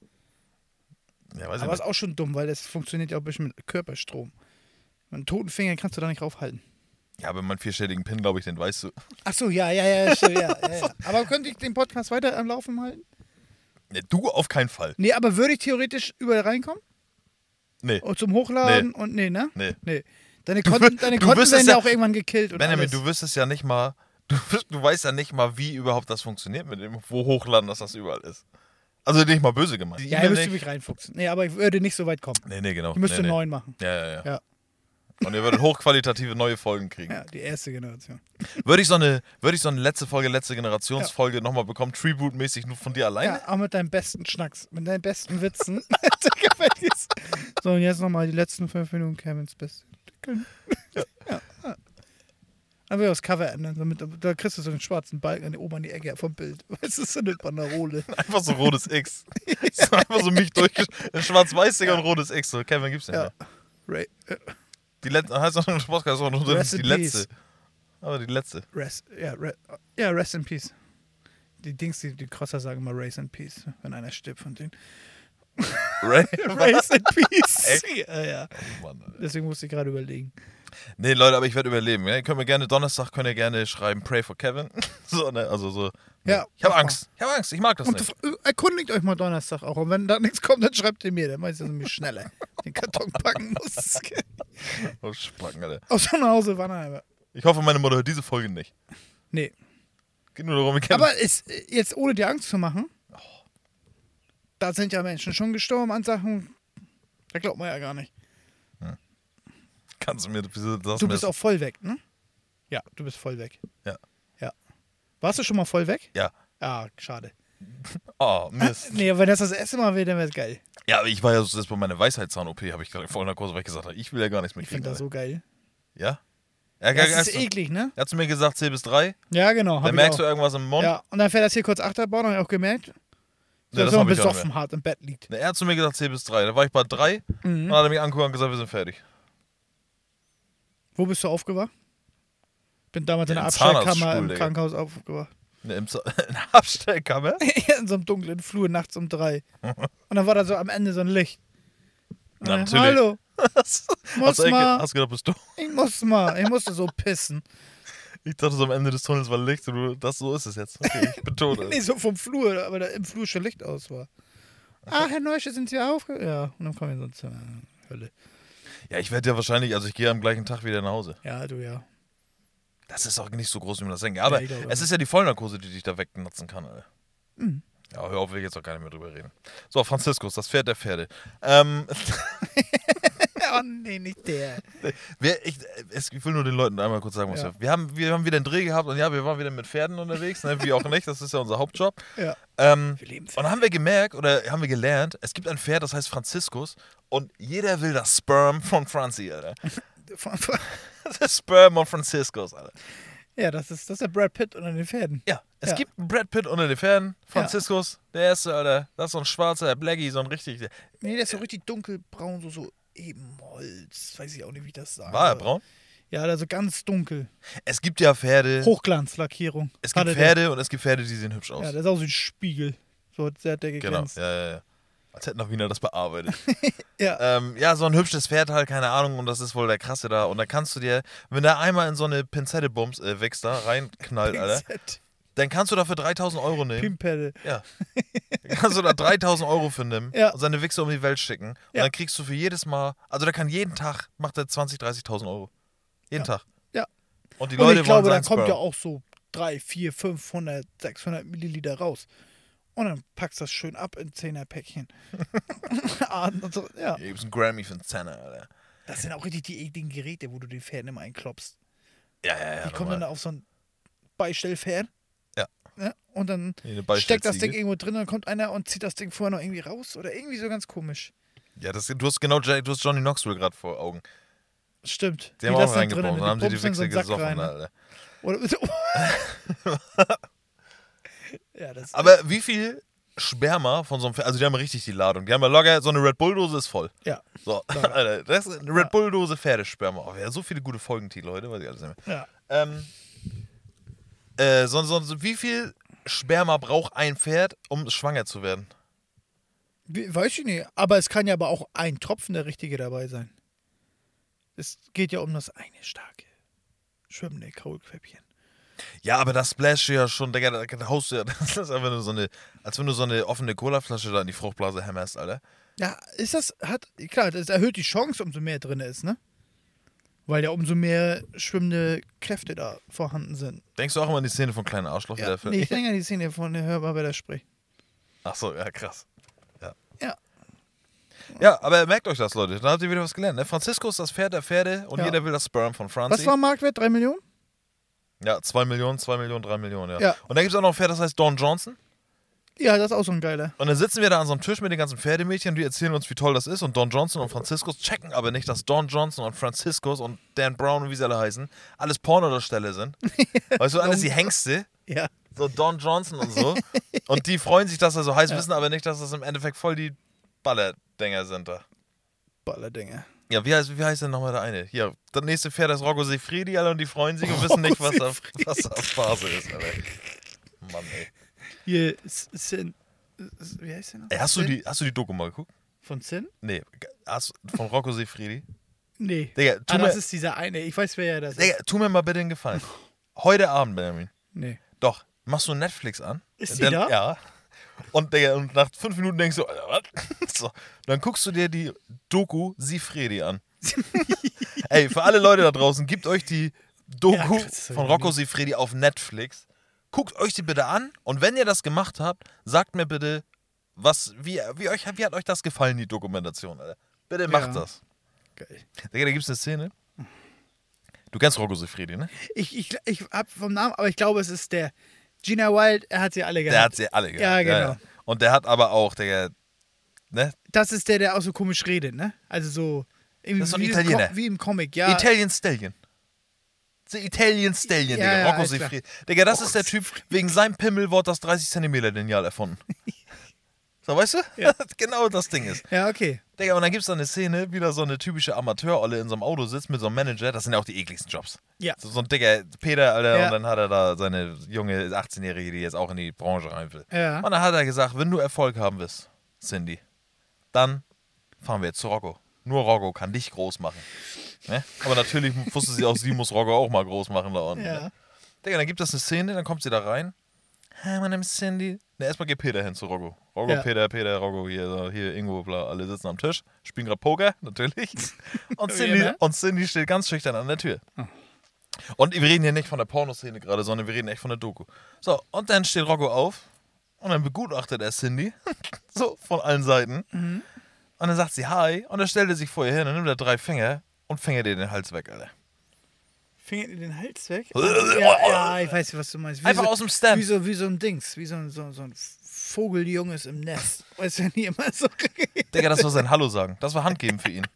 Speaker 3: Ja, weiß
Speaker 4: Aber
Speaker 3: ich
Speaker 4: ist
Speaker 3: nicht.
Speaker 4: auch schon dumm, weil das funktioniert ja auch ein bisschen mit Körperstrom. Einen toten Finger kannst du da nicht raufhalten.
Speaker 3: Ja, aber meinen vierstelligen Pin, glaube ich, den weißt du.
Speaker 4: Ach so, ja, ja, ja, stimmt, ja, ja, ja. Aber könnte ich den Podcast weiter am Laufen halten?
Speaker 3: Ne, du auf keinen Fall.
Speaker 4: Nee, aber würde ich theoretisch überall reinkommen?
Speaker 3: Nee.
Speaker 4: Und zum Hochladen und nee, ne?
Speaker 3: Nee.
Speaker 4: Nee. Deine Konten, deine
Speaker 3: du
Speaker 4: Konten
Speaker 3: wirst
Speaker 4: werden
Speaker 3: es
Speaker 4: ja
Speaker 3: ja-
Speaker 4: auch irgendwann gekillt. Und
Speaker 3: Benjamin,
Speaker 4: alles.
Speaker 3: du wüsstest ja nicht mal, du, wirst- du weißt ja nicht mal, wie überhaupt das funktioniert mit dem, wo hochladen, dass das überall ist. Also nicht mal böse gemeint. Die
Speaker 4: Ja,
Speaker 3: E-Mail
Speaker 4: da müsste
Speaker 3: nicht-
Speaker 4: mich reinfuchsen. Nee, aber ich würde nicht so weit kommen.
Speaker 3: Nee, nee, genau.
Speaker 4: Ich müsste
Speaker 3: nee, nee.
Speaker 4: neun machen.
Speaker 3: Ja, ja, ja,
Speaker 4: Ja.
Speaker 3: Und ihr würdet hochqualitative neue Folgen kriegen.
Speaker 4: Ja, die erste Generation.
Speaker 3: Würde ich so eine, würde ich so eine letzte Folge, letzte Generationsfolge nochmal bekommen, Tribute-mäßig nur von dir alleine?
Speaker 4: Ja, auch mit deinen besten Schnacks, mit deinen besten Witzen. Digga, wenn ich's- so, und jetzt nochmal die letzten fünf Minuten Kevins Beste. Ja. ja. Dann will ich das Cover ändern. Damit, da kriegst du so einen schwarzen Balken an die- oben an die Ecke vom Bild. Weißt du, so eine Banderole.
Speaker 3: Einfach so rotes X. So einfach so mich durch Schwarz-Weiß, Digga, und rotes X. So, Kevin, gibt's nicht
Speaker 4: Ja.
Speaker 3: mehr.
Speaker 4: Ray, äh,
Speaker 3: Die letzte, heißt auch noch Podcast, auch noch
Speaker 4: Rest
Speaker 3: die
Speaker 4: in
Speaker 3: letzte. Aber die letzte.
Speaker 4: rest, ja, re, ja, rest in peace. Die Dings, die, die Crosser sagen immer Race in peace, wenn einer stirbt von denen.
Speaker 3: Ray?
Speaker 4: Race in peace. ja, ja.
Speaker 3: Mann, Alter.
Speaker 4: Deswegen musste ich gerade überlegen.
Speaker 3: nee, Leute, aber ich werde überleben. Ja? Ihr Könnt mir gerne Donnerstag könnt ihr gerne schreiben, pray for Kevin. so, ne? Also so. Nee.
Speaker 4: Ja,
Speaker 3: Ich habe
Speaker 4: mach
Speaker 3: Angst. Ich habe Angst. Ich mag das
Speaker 4: Und
Speaker 3: nicht.
Speaker 4: f- erkundigt euch mal Donnerstag auch. Und wenn da nichts kommt, dann schreibt ihr mir. Dann weiß ich das nämlich schneller. Den Karton packen muss.
Speaker 3: Oh, Spacken, Alter.
Speaker 4: Aus nach Hause Wannheimer.
Speaker 3: Ich hoffe, meine Mutter hört diese Folge nicht.
Speaker 4: Nee.
Speaker 3: Geht nur darum, ich kenne.
Speaker 4: Aber ist, äh, jetzt ohne dir Angst zu machen, da sind ja Menschen schon gestorben an Sachen. Da glaubt man ja gar nicht.
Speaker 3: Kannst du mir wieso sagst
Speaker 4: Du
Speaker 3: mir
Speaker 4: bist
Speaker 3: das-
Speaker 4: auch voll weg, ne? Ja, du bist voll weg.
Speaker 3: Ja.
Speaker 4: Ja. Warst du schon mal voll weg?
Speaker 3: Ja.
Speaker 4: Ah, schade.
Speaker 3: Oh, Mist.
Speaker 4: Nee, wenn das das erste Mal wäre, dann wäre es geil.
Speaker 3: ja, aber ich war ja so das bei meiner Weisheitszahn-OP, habe ich gerade vor einer Kurse, weil ich gesagt habe, ich will ja gar nichts mehr
Speaker 4: Ich finde
Speaker 3: kriegen.
Speaker 4: das so geil.
Speaker 3: Alter. ja? Ja,
Speaker 4: Das
Speaker 3: ja,
Speaker 4: ist eklig, ne?
Speaker 3: Er hat zu mir gesagt, 10 bis 3.
Speaker 4: Ja, genau. hab
Speaker 3: Dann
Speaker 4: ich
Speaker 3: merkst du
Speaker 4: auch.
Speaker 3: irgendwas im Mund.
Speaker 4: Ja, und dann fährt das hier kurz Achterbahn, habe ich auch gemerkt.
Speaker 3: Nee,
Speaker 4: So,
Speaker 3: das
Speaker 4: dass man
Speaker 3: hab ich auch nicht
Speaker 4: besoffen hart im Bett liegt.
Speaker 3: Ne, Er hat zu mir gesagt, 10 bis 3. Da war ich bei 3.
Speaker 4: Mhm.
Speaker 3: Und dann hat er mich angeguckt und gesagt, wir sind fertig.
Speaker 4: Wo bist du aufgewacht? Bin damals in
Speaker 3: Ja,
Speaker 4: der
Speaker 3: im Zahnarztstuhl,
Speaker 4: Abstellkammer im
Speaker 3: Digga.
Speaker 4: Krankenhaus aufgewacht.
Speaker 3: Ne, Im Za- in der Abstellkammer.
Speaker 4: in so einem dunklen Flur nachts um drei. Und dann war da so am Ende so ein Licht.
Speaker 3: Na,
Speaker 4: Und dann,
Speaker 3: natürlich.
Speaker 4: Hallo,
Speaker 3: Hast,
Speaker 4: Muss
Speaker 3: hast, du echt
Speaker 4: mal.
Speaker 3: ge- hast gedacht, bist du?
Speaker 4: ich muss mal, ich musste so pissen.
Speaker 3: Ich dachte, so am Ende des Tunnels war Licht. Und du- das, so ist es jetzt. Okay, ich betone.
Speaker 4: Nee, so vom Flur, aber da im Flur schon Licht aus war. Ah, Herr Neusche, sind Sie aufge... Ja, und dann kommen wir in so ein Zimmer. Hölle.
Speaker 3: Ja, ich werde ja wahrscheinlich, also ich gehe am gleichen Tag wieder nach Hause.
Speaker 4: Ja, du ja.
Speaker 3: Das ist auch nicht so groß, wie man das denkt. Aber
Speaker 4: ich glaub,
Speaker 3: es
Speaker 4: ja.
Speaker 3: ist ja die Vollnarkose, die dich da wegnutzen kann, Alter.
Speaker 4: Mhm.
Speaker 3: Ja, hör auf, will ich jetzt auch gar nicht mehr drüber reden. So, Franziskus, das Pferd der Pferde. Ähm,
Speaker 4: Oh, nee, nicht der.
Speaker 3: Wer, ich, es, ich will nur den Leuten einmal kurz sagen, was
Speaker 4: Ja.
Speaker 3: wir, wir haben. Wir haben wieder einen Dreh gehabt und ja, wir waren wieder mit Pferden unterwegs, ne, wie auch nicht, das ist ja unser Hauptjob.
Speaker 4: Ja.
Speaker 3: Ähm,
Speaker 4: Wir leben
Speaker 3: und dann haben wir gemerkt oder haben wir gelernt, es gibt ein Pferd, das heißt Franziskus und jeder will das Sperm von Franzi, Alter.
Speaker 4: Von- von-
Speaker 3: Das Sperm von Franziskus, Alter.
Speaker 4: Ja, das ist, das ist der Brad Pitt unter den Pferden.
Speaker 3: Ja, es
Speaker 4: Ja.
Speaker 3: gibt einen Brad Pitt unter den Pferden, Franziskus, der erste, Alter. Das ist so ein schwarzer, der Blackie, so ein richtig.
Speaker 4: Nee, der ist so richtig dunkelbraun, so, so Ebenholz. Weiß ich auch nicht, wie ich das sagen
Speaker 3: War er
Speaker 4: soll.
Speaker 3: braun?
Speaker 4: Ja, also ganz dunkel.
Speaker 3: Es gibt ja Pferde.
Speaker 4: Hochglanzlackierung.
Speaker 3: Es gibt
Speaker 4: Hatte
Speaker 3: Pferde und es gibt Pferde, die sehen hübsch aus.
Speaker 4: Der, ja, das ist auch so ein Spiegel. So hat der hat der
Speaker 3: Genau,
Speaker 4: geglänzt.
Speaker 3: ja, ja, ja. Als hätten noch Wiener das bearbeitet.
Speaker 4: Ja.
Speaker 3: ähm, ja, so ein hübsches Pferd halt, keine Ahnung, und das ist wohl der krasse da. Und da kannst du dir, wenn der einmal in so eine Pinzette bums äh, wächst da, reinknallt, Äh, Alter,
Speaker 4: Pinzett,
Speaker 3: dann kannst du dafür 3000 Euro nehmen.
Speaker 4: Pimpette.
Speaker 3: Ja. Dann kannst du da 3000 Euro für nehmen
Speaker 4: Ja.
Speaker 3: und seine Wichse um die Welt schicken. Und
Speaker 4: Ja.
Speaker 3: dann kriegst du für jedes Mal, also der kann jeden Tag, macht er 20, 30.000 Euro. Jeden Tag.
Speaker 4: Ja.
Speaker 3: Und die
Speaker 4: Und
Speaker 3: Leute
Speaker 4: ich glaube, da
Speaker 3: wollen
Speaker 4: kommt
Speaker 3: sein
Speaker 4: ja
Speaker 3: Sperm.
Speaker 4: auch so 3, 4, 500, 600 Milliliter raus. Und dann packst du das schön ab in 10er Päckchen. Atmen und so. Ja.
Speaker 3: Hier gibt's einen Grammy für einen Zehner, Alter.
Speaker 4: Das sind auch richtig die ekligen Geräte, wo du den Pferden immer einklopfst.
Speaker 3: Ja, ja, ja.
Speaker 4: Die kommen dann
Speaker 3: normal.
Speaker 4: auf so ein Beistellpferd.
Speaker 3: Ja.
Speaker 4: Ne? Und dann
Speaker 3: Nee, eine
Speaker 4: steckt das
Speaker 3: Beistellziege.
Speaker 4: Ding irgendwo drin, dann kommt einer und zieht das Ding vorher noch irgendwie raus oder irgendwie so ganz komisch.
Speaker 3: Ja, das, du hast genau Jack, du hast Johnny Knoxville gerade vor Augen.
Speaker 4: Stimmt.
Speaker 3: Die haben auch
Speaker 4: lassen
Speaker 3: reingebaut.
Speaker 4: drinnen,
Speaker 3: Dann haben sie die
Speaker 4: pumpsen in so
Speaker 3: Wichse
Speaker 4: einen Sack
Speaker 3: gesoffen,
Speaker 4: rein, ne?
Speaker 3: Alter.
Speaker 4: Oder, ja, das
Speaker 3: Aber wie viel Sperma von so einem. Fe- Also, die haben richtig die Ladung. Die haben ja locker. So eine Red Bull-Dose ist voll.
Speaker 4: ja,
Speaker 3: So, Alter, das ist eine Red Bull-Dose Pferdesperma. Oh, wir haben so viele gute Folgentitel heute, weiß ich alles nicht mehr.
Speaker 4: ja.
Speaker 3: Ähm, äh, sonst, sonst, wie viel Sperma braucht ein Pferd, um schwanger zu werden?
Speaker 4: Wie- Weiß ich nicht. Aber es kann ja aber auch ein Tropfen der richtige dabei sein. Es geht ja um das eine starke, schwimmende Kaulquäppchen.
Speaker 3: Ja, aber das Splash ja schon, Digga, da da haust du ja, das ist einfach nur so eine, als wenn du so eine offene Colaflasche da in die Fruchtblase hämmerst, Alter.
Speaker 4: Ja, ist das, hat, klar, das erhöht die Chance, umso mehr drin ist, ne? Weil ja umso mehr schwimmende Kräfte da vorhanden sind.
Speaker 3: Denkst du auch immer an die Szene von kleinen Arschloch, wie
Speaker 4: Ja,
Speaker 3: der Film?
Speaker 4: nee, ich denke an die Szene von der Hörbar, wer da spricht.
Speaker 3: Ach so, ja, krass.
Speaker 4: Ja,
Speaker 3: Ja, aber merkt euch das, Leute, da habt ihr wieder was gelernt. Ne? Francisco ist das Pferd der Pferde und
Speaker 4: Ja.
Speaker 3: jeder will das Sperm von
Speaker 4: was
Speaker 3: Franzi.
Speaker 4: war Marktwert? Drei Millionen?
Speaker 3: Ja, 2 Millionen, 2 Millionen, 3 Millionen, ja.
Speaker 4: Ja.
Speaker 3: Und dann gibt es auch noch ein Pferd, das heißt Don Johnson.
Speaker 4: Ja, das ist auch so ein geiler.
Speaker 3: Und dann sitzen wir da an so einem Tisch mit den ganzen Pferdemädchen und die erzählen uns, wie toll das ist. Und Don Johnson und Franziskus checken aber nicht, dass Don Johnson und Franziskus und Dan Brown und wie sie alle heißen, alles Pornodarsteller sind. weißt du, alles die Hengste.
Speaker 4: Ja.
Speaker 3: So Don Johnson und so. und die freuen sich, dass er so heiß wissen, aber nicht, dass das im Endeffekt voll die Ballerdinger sind da.
Speaker 4: Ballerdinger.
Speaker 3: Ja, wie heißt, wie heißt denn nochmal der eine? Hier, das nächste Pferd ist Rocco Sefredi, alle und die freuen sich und wissen nicht, was auf, was auf Phase ist. Alter. Mann, ey.
Speaker 4: Hier, Sin. Wie heißt der noch?
Speaker 3: ey hast, du die, hast du die Doku mal geguckt?
Speaker 4: Von Sin?
Speaker 3: Nee, hast, von Rocco Sefredi?
Speaker 4: Nee.
Speaker 3: Digga, tu
Speaker 4: ah, das
Speaker 3: mir-
Speaker 4: ist dieser eine. Ich weiß, wer ja das
Speaker 3: Digga,
Speaker 4: ist.
Speaker 3: tu mir mal bitte einen Gefallen. Heute Abend, Benjamin.
Speaker 4: Nee.
Speaker 3: Doch, machst du Netflix an.
Speaker 4: Ist die
Speaker 3: dann,
Speaker 4: da?
Speaker 3: Ja. Und, Digga, und nach fünf Minuten denkst du, Alter, was? So, dann guckst du dir die Doku Sifredi an. Ey, für alle Leute da draußen, gebt euch die Doku
Speaker 4: Ja, das ist
Speaker 3: von Rocco Sifredi auf Netflix. Guckt euch die bitte an und wenn ihr das gemacht habt, sagt mir bitte, was, wie, wie, euch, wie hat euch das gefallen, die Dokumentation, Alter? Bitte macht
Speaker 4: Ja.
Speaker 3: das.
Speaker 4: Geil.
Speaker 3: Digga, da gibt's eine Szene. Du kennst Rocco Sifredi, ne?
Speaker 4: Ich, ich, ich hab vom Namen, aber ich glaube, es ist der. Gina Wild, er hat sie alle gehabt.
Speaker 3: Der hat sie alle gehabt.
Speaker 4: Ja, genau.
Speaker 3: Und der hat aber auch, Digga, ne?
Speaker 4: Das ist der, der auch so komisch redet, ne? Also so. irgendwie
Speaker 3: Das ist doch ein
Speaker 4: wie,
Speaker 3: Italiener.
Speaker 4: Im Com- wie im Comic, ja.
Speaker 3: Italian Stallion. The Italian Stallion,
Speaker 4: Ja,
Speaker 3: Digga.
Speaker 4: ja,
Speaker 3: Rocco
Speaker 4: alles klar. Oh,
Speaker 3: Siffredi. Digga, das ist der Typ, wegen seinem Pimmelwort das 30 cm Lineal erfunden. So, weißt du? genau das Ding ist.
Speaker 4: ja, okay.
Speaker 3: Digga, und dann gibt's da eine Szene, wieder so eine typische Amateurolle in so einem Auto sitzt mit so einem Manager. Das sind ja auch die ekligsten Jobs.
Speaker 4: Ja.
Speaker 3: So, so ein dicker Peter, Alter,
Speaker 4: Ja.
Speaker 3: und dann hat er da seine junge 18-Jährige, die jetzt auch in die Branche rein will.
Speaker 4: Ja.
Speaker 3: Und dann hat er gesagt, wenn du Erfolg haben willst, Cindy, dann fahren wir jetzt zu Rocco. Nur Rocco kann dich groß machen. Ne? Aber natürlich wusste sie auch, sie muss Rocco auch mal groß machen da unten.
Speaker 4: Ja.
Speaker 3: Ne? Digga, dann gibt es eine Szene, dann kommt sie da rein. Hi, mein Name ist Cindy. Ne, erstmal geht Peter hin zu Rocco. Rocco,
Speaker 4: Ja.
Speaker 3: Peter, Peter, Rocco, hier, so, hier, Ingo, bla, alle sitzen am Tisch, spielen gerade Poker, natürlich. Und Cindy,
Speaker 4: ne? Hm.
Speaker 3: und Cindy steht ganz schüchtern an der Tür. Und wir reden hier nicht von der Pornoszene gerade, sondern wir reden echt von der Doku. So, und dann steht Rocco auf und dann begutachtet er Cindy, so von allen Seiten.
Speaker 4: Mhm.
Speaker 3: Und dann sagt sie Hi und dann stellt er sich vor ihr hin und nimmt er drei Finger und fingert ihr den Hals weg, Alter.
Speaker 4: Fingert ihr den Hals weg? ja, ja, ich weiß, was du meinst. Wie
Speaker 3: Einfach
Speaker 4: so,
Speaker 3: aus dem Stand.
Speaker 4: Wie so, wie so ein Dings, wie so ein, so, so ein Vogeljunges im Nest. Weißt du, wenn die immer so.
Speaker 3: Digga, das war sein Hallo sagen. Das war Handgeben für ihn.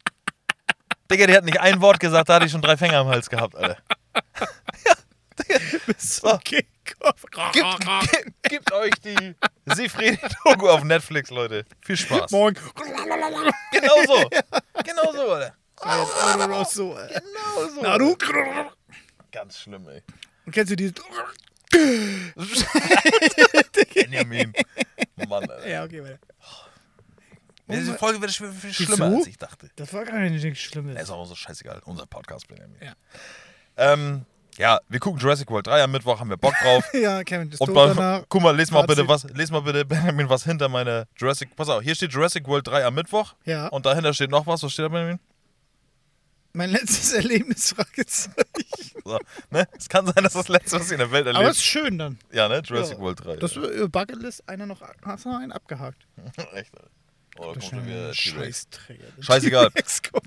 Speaker 3: Digga, der hat nicht ein Wort gesagt, da hatte ich schon drei Finger am Hals gehabt, Alter.
Speaker 4: okay, komm.
Speaker 3: Gibt, ge- gebt euch die Seefried-Doku auf Netflix, Leute. Viel Spaß.
Speaker 4: Morgen.
Speaker 3: Genau so. Genau so, Alter.
Speaker 4: Oder auch so. äh.
Speaker 3: Genau so.
Speaker 4: Na du.
Speaker 3: Ganz schlimm, ey.
Speaker 4: Und kennst du dieses.
Speaker 3: Benjamin. Mann, Alter.
Speaker 4: Ja, okay, weiter.
Speaker 3: Diese Folge wird viel, viel
Speaker 4: Wieso?
Speaker 3: schlimmer, als ich dachte.
Speaker 4: Das war gar nicht nichts Schlimmes.
Speaker 3: Ja, Ist auch so scheißegal. Unser Podcast, Benjamin.
Speaker 4: Ja.
Speaker 3: Ähm, ja, wir gucken Jurassic World 3 am Mittwoch, haben wir Bock drauf.
Speaker 4: ja, Kevin ist
Speaker 3: Und
Speaker 4: tot
Speaker 3: mal,
Speaker 4: danach.
Speaker 3: guck mal, les mal
Speaker 4: Fazit.
Speaker 3: bitte was, les mal bitte, Benjamin, was hinter meiner Jurassic. Pass auf, hier steht Jurassic World 3 am Mittwoch.
Speaker 4: Ja.
Speaker 3: Und dahinter steht noch was. Was steht da, Benjamin?
Speaker 4: Mein letztes Erlebnis, Fragezeichen.
Speaker 3: So, ne? Es kann sein, dass das letzte, was ihr in der Welt
Speaker 4: Aber es
Speaker 3: erlebt.
Speaker 4: ist schön dann.
Speaker 3: Ja, ne? Jurassic
Speaker 4: Ja.
Speaker 3: World 3.
Speaker 4: Das äh, Bucketlist, einer noch, hast du noch einen abgehakt?
Speaker 3: echt, Alter. Oh, da kommt schon wieder T-Rex.
Speaker 4: Scheißträger.
Speaker 3: Scheißegal.
Speaker 4: T-Rex kommt.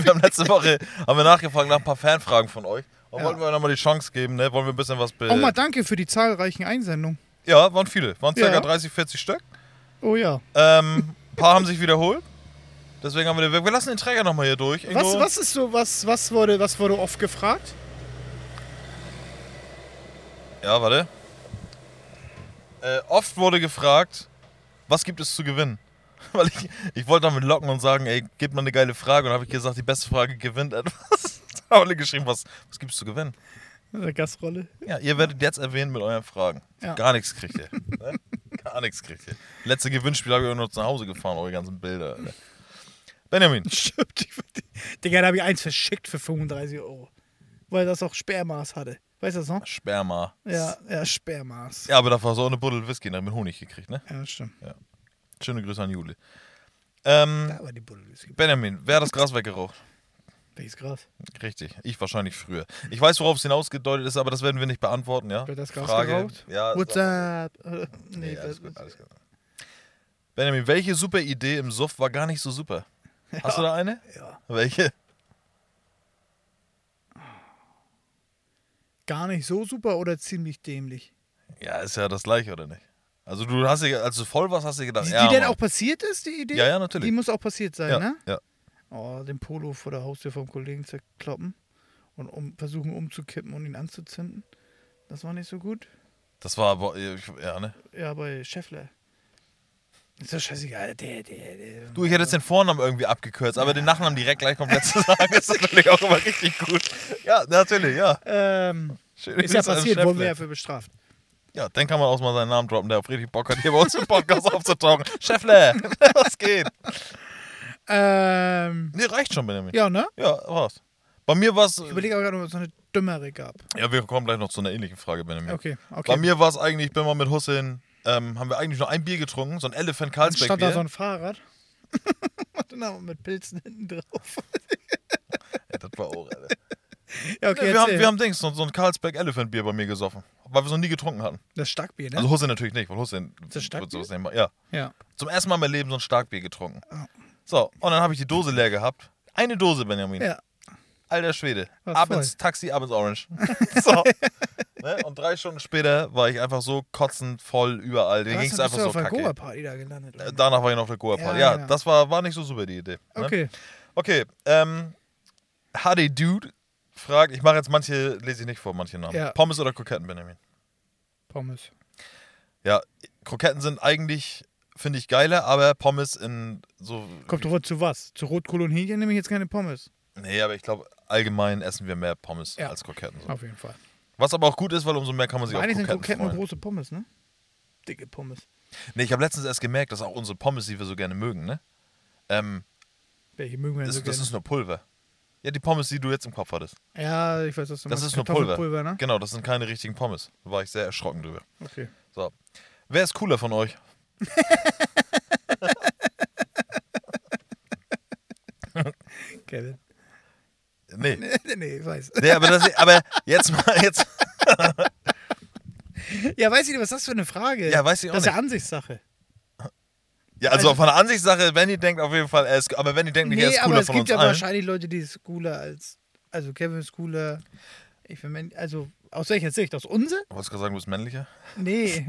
Speaker 3: wir haben letzte Woche haben wir nachgefragt nach ein paar Fanfragen von euch. Und
Speaker 4: Ja. Oh
Speaker 3: wollten wir euch nochmal die Chance geben, ne? Wollen wir ein bisschen was be
Speaker 4: Auch mal danke für die zahlreichen Einsendungen.
Speaker 3: Ja, waren viele. Waren ca.
Speaker 4: Ja.
Speaker 3: 30, 40 Stück.
Speaker 4: Oh ja.
Speaker 3: Ähm, ein paar haben sich wiederholt. Deswegen haben wir den, wir lassen den Träger nochmal hier durch.
Speaker 4: Was,
Speaker 3: Ingo.
Speaker 4: was ist so, was, was, wurde, was wurde oft gefragt?
Speaker 3: Ja, warte. Äh, oft wurde gefragt, was gibt es zu gewinnen? Weil ich, ich wollte damit locken und sagen, ey, gib mal eine geile Frage. Und dann habe ich gesagt, die beste Frage gewinnt etwas. Da haben alle geschrieben, was, was gibt es zu gewinnen?
Speaker 4: Eine Gastrolle.
Speaker 3: Ja, ihr werdet jetzt erwähnt mit euren Fragen.
Speaker 4: Ja.
Speaker 3: Gar nichts kriegt ihr. ne? Gar nichts kriegt ihr. Letzte Gewinnspiel habe ich auch noch nach Hause gefahren, eure ganzen Bilder. Alter. Benjamin,
Speaker 4: Stimmt. ich- Digga, da habe ich eins verschickt für 35 Euro. Weil das auch Sperrmaß hatte. Weißt du das noch?
Speaker 3: Sperma.
Speaker 4: Ja, ja, Sperrmaß.
Speaker 3: Ja, aber da war so eine Buddel Whisky, da hab ich mit Honig gekriegt, ne?
Speaker 4: Ja, stimmt.
Speaker 3: Schöne Grüße an Juli. Ähm,
Speaker 4: Da war die Buddel. es gibt-
Speaker 3: Benjamin, wer hat das Gras weggeraucht?
Speaker 4: Welches Gras?
Speaker 3: Richtig, ich wahrscheinlich früher. Ich weiß, worauf es hinausgedeutet ist, aber das werden wir nicht beantworten, ja?
Speaker 4: Wer hat das Gras
Speaker 3: Frage-
Speaker 4: geraucht?
Speaker 3: Ja,
Speaker 4: What's
Speaker 3: sag-
Speaker 4: up? Äh, Nee,
Speaker 3: Nee,
Speaker 4: das
Speaker 3: alles gut, alles gut. Benjamin, welche super Idee im Suff war gar nicht so super? Hast du da eine?
Speaker 4: Ja.
Speaker 3: Welche?
Speaker 4: gar nicht so super oder ziemlich dämlich.
Speaker 3: Ja, ist ja das gleiche, oder nicht? Also du hast dir, als du voll warst, hast du dir gedacht,
Speaker 4: Die,
Speaker 3: ja,
Speaker 4: die denn
Speaker 3: Mann.
Speaker 4: auch passiert ist, die Idee?
Speaker 3: Ja, ja, natürlich.
Speaker 4: Die muss auch passiert sein,
Speaker 3: ja,
Speaker 4: ne?
Speaker 3: ja.
Speaker 4: Oh, den Polo vor der Haustür vom Kollegen zerkloppen und um, versuchen umzukippen und ihn anzuzünden. Das war nicht so gut.
Speaker 3: Das war aber, ich- ja, ne?
Speaker 4: Ja, bei Scheffler. Ist doch scheißegal. Der, der, der.
Speaker 3: Du, ich hätte jetzt den Vornamen irgendwie abgekürzt, aber den Nachnamen direkt gleich komplett zu sagen, ist natürlich auch immer richtig gut. Ja, natürlich, ja.
Speaker 4: Ähm,
Speaker 3: Schöne
Speaker 4: ist ja
Speaker 3: Grüße an
Speaker 4: passiert, wurden wir
Speaker 3: Scheffler.
Speaker 4: dafür bestraft.
Speaker 3: Ja, dann kann man auch mal seinen Namen droppen, der auf richtig Bock hat, hier bei uns im Podcast aufzutauchen. Scheffler, was geht?
Speaker 4: Ähm,
Speaker 3: Nee, reicht schon, Benjamin.
Speaker 4: ja, ne?
Speaker 3: Ja, war's. Bei mir war's.
Speaker 4: Ich überlege aber gerade, ob es noch eine dümmere gab.
Speaker 3: Ja, wir kommen gleich noch zu einer ähnlichen Frage, Benjamin.
Speaker 4: Okay, okay.
Speaker 3: Bei mir war's eigentlich, ich bin mal mit Hussein, ähm, haben wir eigentlich nur ein Bier getrunken, so ein Elephant Carlsberg
Speaker 4: Stand da so
Speaker 3: Bier.
Speaker 4: ein Fahrrad. Und dann aber mit Pilzen hinten drauf.
Speaker 3: Ey, das war auch, Alter.
Speaker 4: Ja, okay,
Speaker 3: Nee, wir, haben,
Speaker 4: erzähl.
Speaker 3: wir haben Dings, so, so ein Carlsberg Elephant Bier bei mir gesoffen, weil wir so nie getrunken hatten.
Speaker 4: das Starkbier, ne?
Speaker 3: Also Hussein natürlich nicht, weil Hussein
Speaker 4: das Starkbier?
Speaker 3: wird sowas nicht machen. Ja.
Speaker 4: ja.
Speaker 3: Zum ersten Mal in meinem Leben so ein Starkbier getrunken.
Speaker 4: Oh.
Speaker 3: So, und dann habe ich die Dose leer gehabt. Eine Dose, Benjamin.
Speaker 4: Ja.
Speaker 3: Alter Schwede.
Speaker 4: War
Speaker 3: ab ins Taxi, ab ins Orange. so. ne? Und drei Stunden später war ich einfach so kotzend voll überall. Mir
Speaker 4: Krass,
Speaker 3: ging es
Speaker 4: dann
Speaker 3: einfach
Speaker 4: bist du
Speaker 3: so
Speaker 4: auf der
Speaker 3: kacke.
Speaker 4: Goa-Party da gelandet.
Speaker 3: Äh, Danach war ich noch auf der goa
Speaker 4: Ja,
Speaker 3: party Ja,
Speaker 4: ja.
Speaker 3: das war, war nicht so super die Idee. Ne?
Speaker 4: okay.
Speaker 3: Okay, ähm, HD Dude fragt, ich mache jetzt manche, lese ich nicht vor, manche Namen.
Speaker 4: Ja.
Speaker 3: Pommes oder Kroketten, Benjamin?
Speaker 4: Pommes.
Speaker 3: Ja, Kroketten sind eigentlich, finde ich, geiler, aber Pommes in so.
Speaker 4: Kommt doch zu was? Zu Rotkohl und Hähnchen nehme ich jetzt keine Pommes.
Speaker 3: Nee, aber ich glaube, allgemein essen wir mehr Pommes
Speaker 4: Ja.
Speaker 3: als Kroketten. So.
Speaker 4: Auf jeden Fall.
Speaker 3: Was aber auch gut ist, weil umso mehr kann man sich
Speaker 4: Eigentlich
Speaker 3: auf
Speaker 4: sind
Speaker 3: Kroketten
Speaker 4: Kroketten nur
Speaker 3: freuen.
Speaker 4: große Pommes, ne? Dicke Pommes.
Speaker 3: Nee, ich habe letztens erst gemerkt, dass auch unsere Pommes, die wir so gerne mögen, ne? Ähm,
Speaker 4: Welche mögen wir denn
Speaker 3: das,
Speaker 4: so
Speaker 3: das
Speaker 4: gerne?
Speaker 3: ist nur Pulver. Ja, die Pommes, die du jetzt im Kopf hattest.
Speaker 4: Ja, ich weiß, was du
Speaker 3: Das
Speaker 4: meinst.
Speaker 3: ist nur Pulver.
Speaker 4: Kartoffelpulver, ne?
Speaker 3: Genau, das sind keine richtigen Pommes. Da war ich sehr erschrocken drüber.
Speaker 4: Okay.
Speaker 3: So. Wer ist cooler von euch?
Speaker 4: Kevin.
Speaker 3: Nee.
Speaker 4: nee, ich weiß.
Speaker 3: Nee, aber, das, aber jetzt mal, jetzt.
Speaker 4: Ja, weiß ich nicht, was ist das für eine Frage?
Speaker 3: Ja, weiß ich auch
Speaker 4: Das ist ja
Speaker 3: nicht.
Speaker 4: Ansichtssache.
Speaker 3: Ja, also von der Ansichtssache, Wendy denkt auf jeden Fall, er ist, aber Wendy denkt nicht, er
Speaker 4: nee,
Speaker 3: ist
Speaker 4: aber
Speaker 3: cooler
Speaker 4: es
Speaker 3: von
Speaker 4: gibt
Speaker 3: uns
Speaker 4: ja
Speaker 3: allen.
Speaker 4: wahrscheinlich Leute, die es cooler als. Also Kevin ist cooler. Ich bin Mann- Also, aus welcher Sicht? Aus unserer?
Speaker 3: Wolltest du gerade sagen, du bist männlicher?
Speaker 4: Nee.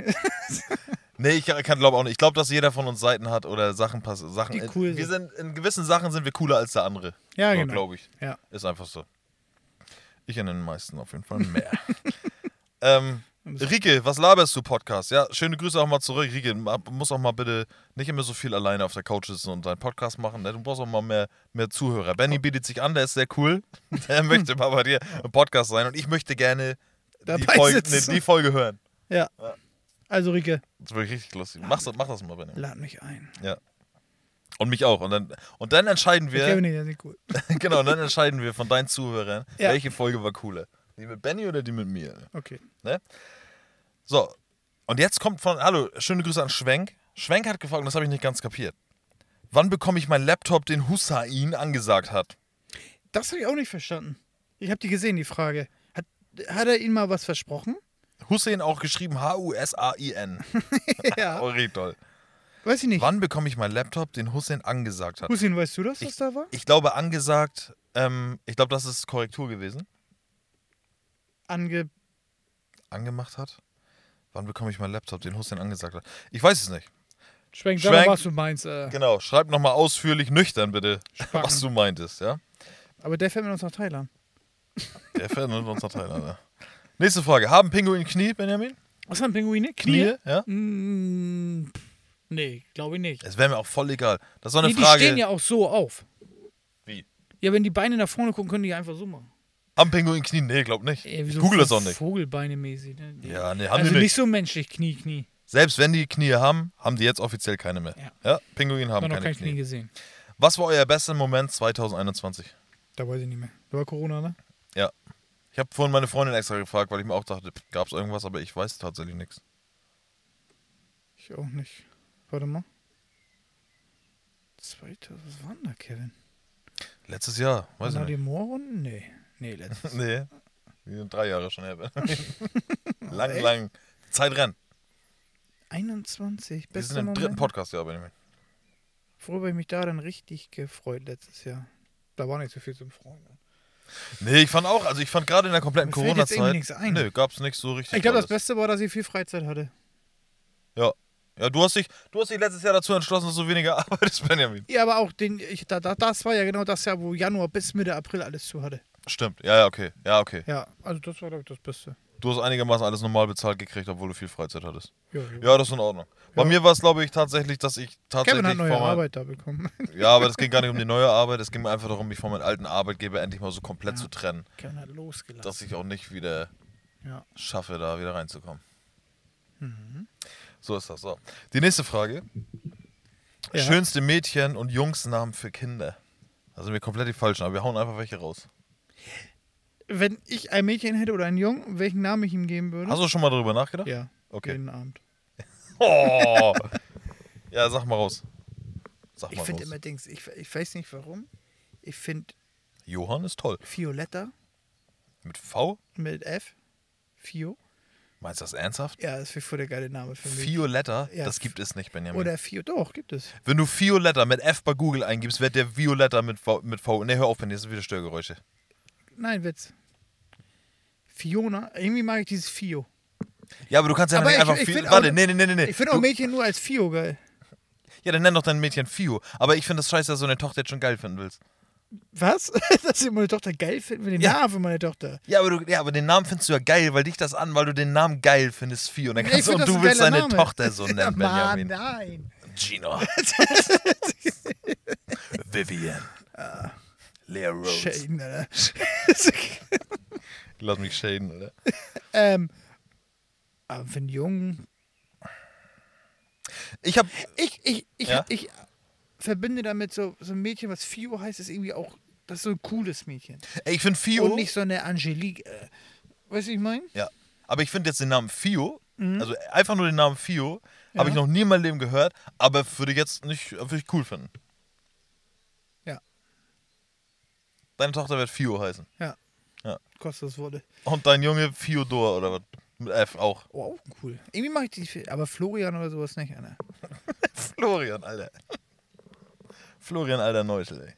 Speaker 3: Nee, ich kann glaube auch nicht. Ich glaube, dass jeder von uns Seiten hat oder Sachen pass Sachen.
Speaker 4: Die cool
Speaker 3: wir sind in gewissen Sachen sind wir cooler als der andere.
Speaker 4: Ja,
Speaker 3: so,
Speaker 4: genau.
Speaker 3: Glaube ich.
Speaker 4: Ja.
Speaker 3: Ist einfach so. Ich in den meisten auf jeden Fall mehr. ähm, Rike, was laberst du Podcast? Ja, schöne Grüße auch mal zurück. Rike, ma- muss auch mal bitte nicht immer so viel alleine auf der Couch sitzen und deinen Podcast machen. Ne? Du brauchst auch mal mehr, mehr Zuhörer. Benny bietet sich an, der ist sehr cool. Der möchte mal bei dir im Podcast sein und ich möchte gerne die
Speaker 4: Dabei
Speaker 3: Folge, nee,
Speaker 4: sitzen.
Speaker 3: die Folge hören.
Speaker 4: ja. Also, Rike,
Speaker 3: Das wird richtig lustig. Mach, das- mach das mal, Benny.
Speaker 4: lad mich ein.
Speaker 3: Ja. Und mich auch. Und dann, und dann entscheiden wir,
Speaker 4: Kevin, nee, das ist nicht cool.
Speaker 3: genau, dann entscheiden wir von deinen Zuhörern,
Speaker 4: Ja.
Speaker 3: welche Folge war cooler. Die mit Benny oder die mit mir?
Speaker 4: Okay.
Speaker 3: So. Und jetzt kommt von, hallo, schöne Grüße an Schwenk. Schwenk hat gefragt, und das habe ich nicht ganz kapiert. Wann bekomme ich meinen Laptop, den Hussein angesagt hat?
Speaker 4: Das habe ich auch nicht verstanden. Ich habe die gesehen, die Frage. Hat, hat er ihnen mal was versprochen?
Speaker 3: Hussein auch geschrieben H-U-S-A-I-N.
Speaker 4: ja.
Speaker 3: Oh, richtig toll.
Speaker 4: Weiß ich nicht.
Speaker 3: Wann bekomme ich meinen Laptop, den Hussein angesagt hat?
Speaker 4: Hussein, weißt du das, was da war?
Speaker 3: Ich glaube, angesagt, ähm, ich glaube, das ist Korrektur gewesen.
Speaker 4: Ange
Speaker 3: angemacht hat? Wann bekomme ich meinen Laptop, den Hussein angesagt hat? Ich weiß es nicht.
Speaker 4: Schwenk,
Speaker 3: Schwenk.
Speaker 4: Schwenk. was du meinst. Äh,
Speaker 3: Genau, schreib nochmal ausführlich nüchtern bitte,
Speaker 4: Spacken.
Speaker 3: was du meintest, ja?
Speaker 4: aber der fährt mit uns nach Thailand.
Speaker 3: Der fährt mit unser Teil, Alter. Nächste Frage. Haben Pinguin Knie, Benjamin?
Speaker 4: Was haben Pinguine? Knie?
Speaker 3: ja?
Speaker 4: Mm, pff, nee, glaube ich nicht.
Speaker 3: Es wäre mir auch voll egal. Das ist so eine
Speaker 4: Nee, die
Speaker 3: Frage.
Speaker 4: stehen ja auch so auf.
Speaker 3: Wie?
Speaker 4: Ja, wenn die Beine nach vorne gucken, können die einfach so machen.
Speaker 3: Haben Pinguin Knie? Nee, glaub nicht.
Speaker 4: Ey, wie
Speaker 3: ich
Speaker 4: so
Speaker 3: google das auch nicht.
Speaker 4: Vogelbeine mäßig. Ne? Nee.
Speaker 3: Ja, nee, haben
Speaker 4: also
Speaker 3: die
Speaker 4: nicht.
Speaker 3: nicht.
Speaker 4: so menschlich, Knie, Knie.
Speaker 3: Selbst wenn die Knie haben, haben die jetzt offiziell keine mehr.
Speaker 4: Ja.
Speaker 3: Ja, Pinguin haben
Speaker 4: Haben noch
Speaker 3: keine
Speaker 4: kein
Speaker 3: Knie.
Speaker 4: Knie gesehen.
Speaker 3: Was war euer bester Moment 2021?
Speaker 4: Da weiß ich nicht mehr. Da war Corona, ne?
Speaker 3: Ja. Ich habe vorhin meine Freundin extra gefragt, weil ich mir auch dachte, gab es irgendwas, aber ich weiß tatsächlich nichts.
Speaker 4: Ich auch nicht. Warte mal. 2000, was war denn da, Kevin?
Speaker 3: Letztes Jahr, weiß
Speaker 4: Na,
Speaker 3: ich
Speaker 4: die
Speaker 3: nicht.
Speaker 4: Moorrunden? Nee. Nee, letztes.
Speaker 3: Nee. Die sind drei Jahre schon her. lang, lang. Zeit rennt.
Speaker 4: 21.
Speaker 3: Wir
Speaker 4: Bester
Speaker 3: sind im dritten
Speaker 4: Moment.
Speaker 3: Podcast, ja, Benjamin.
Speaker 4: Worüber ich mich da dann richtig gefreut letztes Jahr. Da war nicht so viel zum Freuen.
Speaker 3: Nee, ich fand auch, also ich fand gerade in der kompletten
Speaker 4: Mir fällt jetzt irgendwie
Speaker 3: Corona-Zeit.
Speaker 4: nichts ein.
Speaker 3: Nee, gab's nichts so richtig.
Speaker 4: Ich glaube, das
Speaker 3: Tolles.
Speaker 4: Beste war, dass ich viel Freizeit hatte.
Speaker 3: Ja. Ja, du hast dich, du hast dich letztes Jahr dazu entschlossen, dass du weniger arbeitest, Benjamin.
Speaker 4: Ja, aber auch den, ich, da, da, das war ja genau das Jahr, wo Januar bis Mitte April alles zu hatte.
Speaker 3: Stimmt. Ja, ja, okay. Ja, okay.
Speaker 4: Ja, also das war, glaube ich, das Beste.
Speaker 3: Du hast einigermaßen alles normal bezahlt gekriegt, obwohl du viel Freizeit hattest.
Speaker 4: Ja,
Speaker 3: Ja, das ist in Ordnung. Bei mir war es, glaube ich, tatsächlich, dass ich tatsächlich.
Speaker 4: Kevin hat neue
Speaker 3: vor meinem-
Speaker 4: Arbeit da bekommen.
Speaker 3: Ja, aber das ging gar nicht um die neue Arbeit. Es ging mir einfach darum, mich von meinem alten Arbeitgeber endlich mal so komplett zu trennen,
Speaker 4: Kevin hat losgelassen.
Speaker 3: dass ich auch nicht wieder
Speaker 4: Ja.
Speaker 3: schaffe, da wieder reinzukommen.
Speaker 4: Mhm.
Speaker 3: So ist das. So. Die nächste Frage.
Speaker 4: Ja.
Speaker 3: Schönste Mädchen- und Jungsnamen für Kinder. Da sind wir komplett die falschen, aber wir hauen einfach welche raus.
Speaker 4: Wenn ich ein Mädchen hätte oder einen Jungen, welchen Namen ich ihm geben würde?
Speaker 3: Hast du schon mal darüber nachgedacht?
Speaker 4: Hm? ja.
Speaker 3: Okay.
Speaker 4: Jeden Abend.
Speaker 3: Oh. ja, sag mal raus. Sag
Speaker 4: Ich
Speaker 3: mal
Speaker 4: finde
Speaker 3: raus.
Speaker 4: immer Dings, ich, ich weiß nicht warum. Ich finde
Speaker 3: Johann ist toll.
Speaker 4: Violetta
Speaker 3: Mit V?
Speaker 4: mit F. Fio. Meinst
Speaker 3: du das ernsthaft?
Speaker 4: Ja, das ist voll der geile Name für mich.
Speaker 3: Violetta?
Speaker 4: Ja.
Speaker 3: Das gibt es nicht, Benjamin.
Speaker 4: Oder Fio. Doch, gibt es.
Speaker 3: Wenn du Violetta mit F bei Google eingibst, wird der Violetta mit V. Mit v ne, hör auf, Benjamin, das sind wieder Störgeräusche.
Speaker 4: Nein, Witz. Fiona, irgendwie mag ich dieses Fio.
Speaker 3: Ja, aber du kannst ja
Speaker 4: Aber
Speaker 3: nicht
Speaker 4: ich-
Speaker 3: einfach
Speaker 4: ich
Speaker 3: Fio.
Speaker 4: find auch-
Speaker 3: Warte, nee, nee, nee, nee, nee.
Speaker 4: Ich finde
Speaker 3: Du-
Speaker 4: auch Mädchen nur als Fio geil.
Speaker 3: Ja, dann nenn doch dein Mädchen Fio. Aber ich finde das scheiße, dass du deine Tochter jetzt schon geil finden willst.
Speaker 4: Was? Dass ich meine Tochter geil finde mit dem
Speaker 3: Ja.
Speaker 4: Namen für meine Tochter.
Speaker 3: Ja aber, du, ja, aber den Namen findest du ja geil, weil dich das an, weil du den Namen geil findest, Fio. Und dann kannst
Speaker 4: Ich
Speaker 3: du,
Speaker 4: find
Speaker 3: und
Speaker 4: das
Speaker 3: du
Speaker 4: ein
Speaker 3: willst
Speaker 4: geiler
Speaker 3: deine
Speaker 4: Name.
Speaker 3: Tochter so nennen,
Speaker 4: Mann,
Speaker 3: Benjamin.
Speaker 4: nein.
Speaker 3: Gina. Vivian.
Speaker 4: Ah.
Speaker 3: Lea Rose.
Speaker 4: Schäden, Alter.
Speaker 3: Lass mich shaden, oder?
Speaker 4: ähm, aber für einen Jungen.
Speaker 3: Ich hab.
Speaker 4: Ich, ich, ich,
Speaker 3: Ja?
Speaker 4: ich verbinde damit so, so ein Mädchen, was Fio heißt, ist irgendwie auch, das ist so ein cooles Mädchen.
Speaker 3: Ey, ich finde Fio.
Speaker 4: Und nicht so eine Angelique. Äh, weißt du, wie ich meine?
Speaker 3: Ja. Aber ich finde jetzt den Namen Fio,
Speaker 4: Mhm.
Speaker 3: also einfach nur den Namen Fio, habe ich noch nie in meinem Leben gehört, aber würde ich jetzt nicht, würde ich cool finden.
Speaker 4: Ja.
Speaker 3: Deine Tochter wird Fio heißen.
Speaker 4: Ja.
Speaker 3: Ja.
Speaker 4: Kostet das Worte.
Speaker 3: Und dein Junge Fiodor oder was? Mit F auch.
Speaker 4: Oh, auch cool. Irgendwie mache ich die, Fi- aber Florian oder sowas nicht, Anna.
Speaker 3: Florian, Alter. Florian, Alter Neuschel, ey.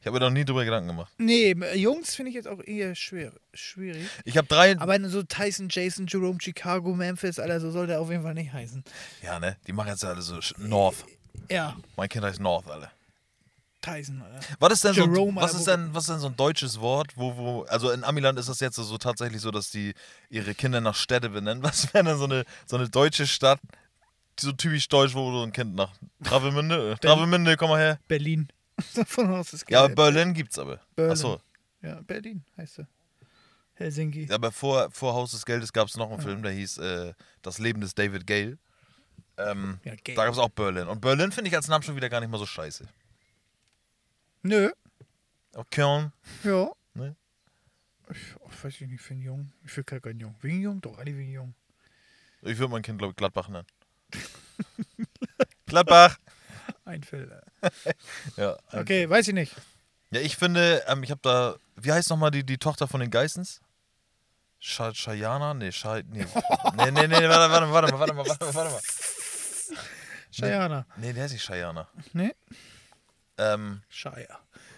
Speaker 3: Ich habe mir noch nie drüber Gedanken gemacht.
Speaker 4: Nee, m- äh, Jungs finde ich jetzt auch eher schwer, schwierig.
Speaker 3: Ich habe drei.
Speaker 4: Aber so Tyson, Jason, Jerome, Chicago, Memphis, Alter, so soll der auf jeden Fall nicht heißen.
Speaker 3: ja, ne? Die machen jetzt alle so Sch- North.
Speaker 4: Ja,
Speaker 3: Mein Kind heißt North, Alter.
Speaker 4: Tyson, Alter.
Speaker 3: Was ist denn, so,
Speaker 4: Jerome,
Speaker 3: was
Speaker 4: Alter,
Speaker 3: ist
Speaker 4: wo-
Speaker 3: denn, was ist denn so ein deutsches Wort, wo, wo, also in Amiland ist das jetzt so tatsächlich so, dass die ihre Kinder nach Städte benennen. Was wäre denn so eine, so eine deutsche Stadt, die so typisch deutsch, wo du ein Kind nach Travemünde, äh, Travemünde, komm mal her.
Speaker 4: Berlin. Davon aus ist
Speaker 3: Ja,
Speaker 4: geil.
Speaker 3: Berlin gibt's aber.
Speaker 4: Berlin.
Speaker 3: Achso,
Speaker 4: ja, Berlin heißt er. Helsinki.
Speaker 3: aber vor, vor Haus des Geldes gab es noch einen Film, der hieß äh, Das Leben des David Gale. Ähm,
Speaker 4: Ja, Gale.
Speaker 3: Da gab es auch Berlin. Und Berlin finde ich als Namen schon wieder gar nicht mal so scheiße.
Speaker 4: Nö.
Speaker 3: Auch Köln,
Speaker 4: Ja.
Speaker 3: Ne?
Speaker 4: Ich oh, weiß ich nicht, für einen Jungen. Ich will gar keinen Jungen. Wegen Jungen? Doch, alle wegen Jungen.
Speaker 3: ich würde mein Kind, glaube ich, Gladbach nennen. Gladbach!
Speaker 4: Ein Fell.
Speaker 3: Ja,
Speaker 4: Okay, weiß ich nicht.
Speaker 3: Ja, ich finde, ähm, ich habe da. Wie heißt nochmal die, die Tochter von den Geissens? Scha- Shayana? Nee, Shai. Nee. nee, nee, nee, warte, warte, warte mal, warte mal, warte mal, warte mal.
Speaker 4: Cheyenne.
Speaker 3: Nee, der ist nicht Shayana.
Speaker 4: Nee?
Speaker 3: Ähm,
Speaker 4: Shire.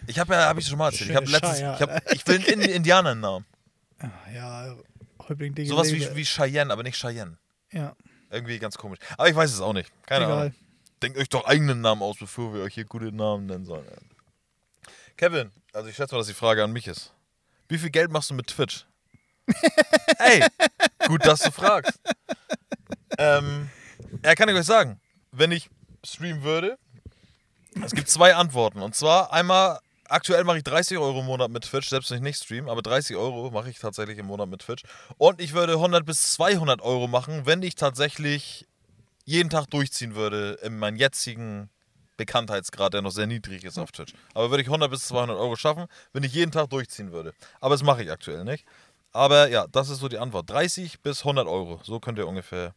Speaker 3: ich habe ja, habe ich schon mal erzählt. Ich habe
Speaker 4: Schöne
Speaker 3: letztens.
Speaker 4: Shire,
Speaker 3: Ich, hab, ich will einen Ind- Indianernamen.
Speaker 4: Ja, Häuptling Dinge.
Speaker 3: Sowas wie, wie Cheyenne, aber nicht Cheyenne.
Speaker 4: Ja.
Speaker 3: Irgendwie ganz komisch. Aber ich weiß es auch nicht. Keine
Speaker 4: Egal.
Speaker 3: Ahnung. Denkt euch doch eigenen Namen aus, bevor wir euch hier gute Namen nennen sollen. Kevin, also ich schätze mal, dass die Frage an mich ist. Wie viel Geld machst du mit Twitch? Ey, gut, dass du fragst. Ähm, ja, kann ich euch sagen, wenn ich streamen würde, es gibt zwei Antworten. Und zwar einmal, aktuell mache ich 30 Euro im Monat mit Twitch, selbst wenn ich nicht streame, aber 30 Euro mache ich tatsächlich im Monat mit Twitch. Und ich würde 100 bis 200 Euro machen, wenn ich tatsächlich jeden Tag durchziehen würde in meinem jetzigen Bekanntheitsgrad, der noch sehr niedrig ist auf Twitch. Aber würde ich 100 bis 200 Euro schaffen, wenn ich jeden Tag durchziehen würde. Aber das mache ich aktuell nicht. Aber ja, das ist so die Antwort. 30 bis 100 Euro, so könnt ihr ungefähr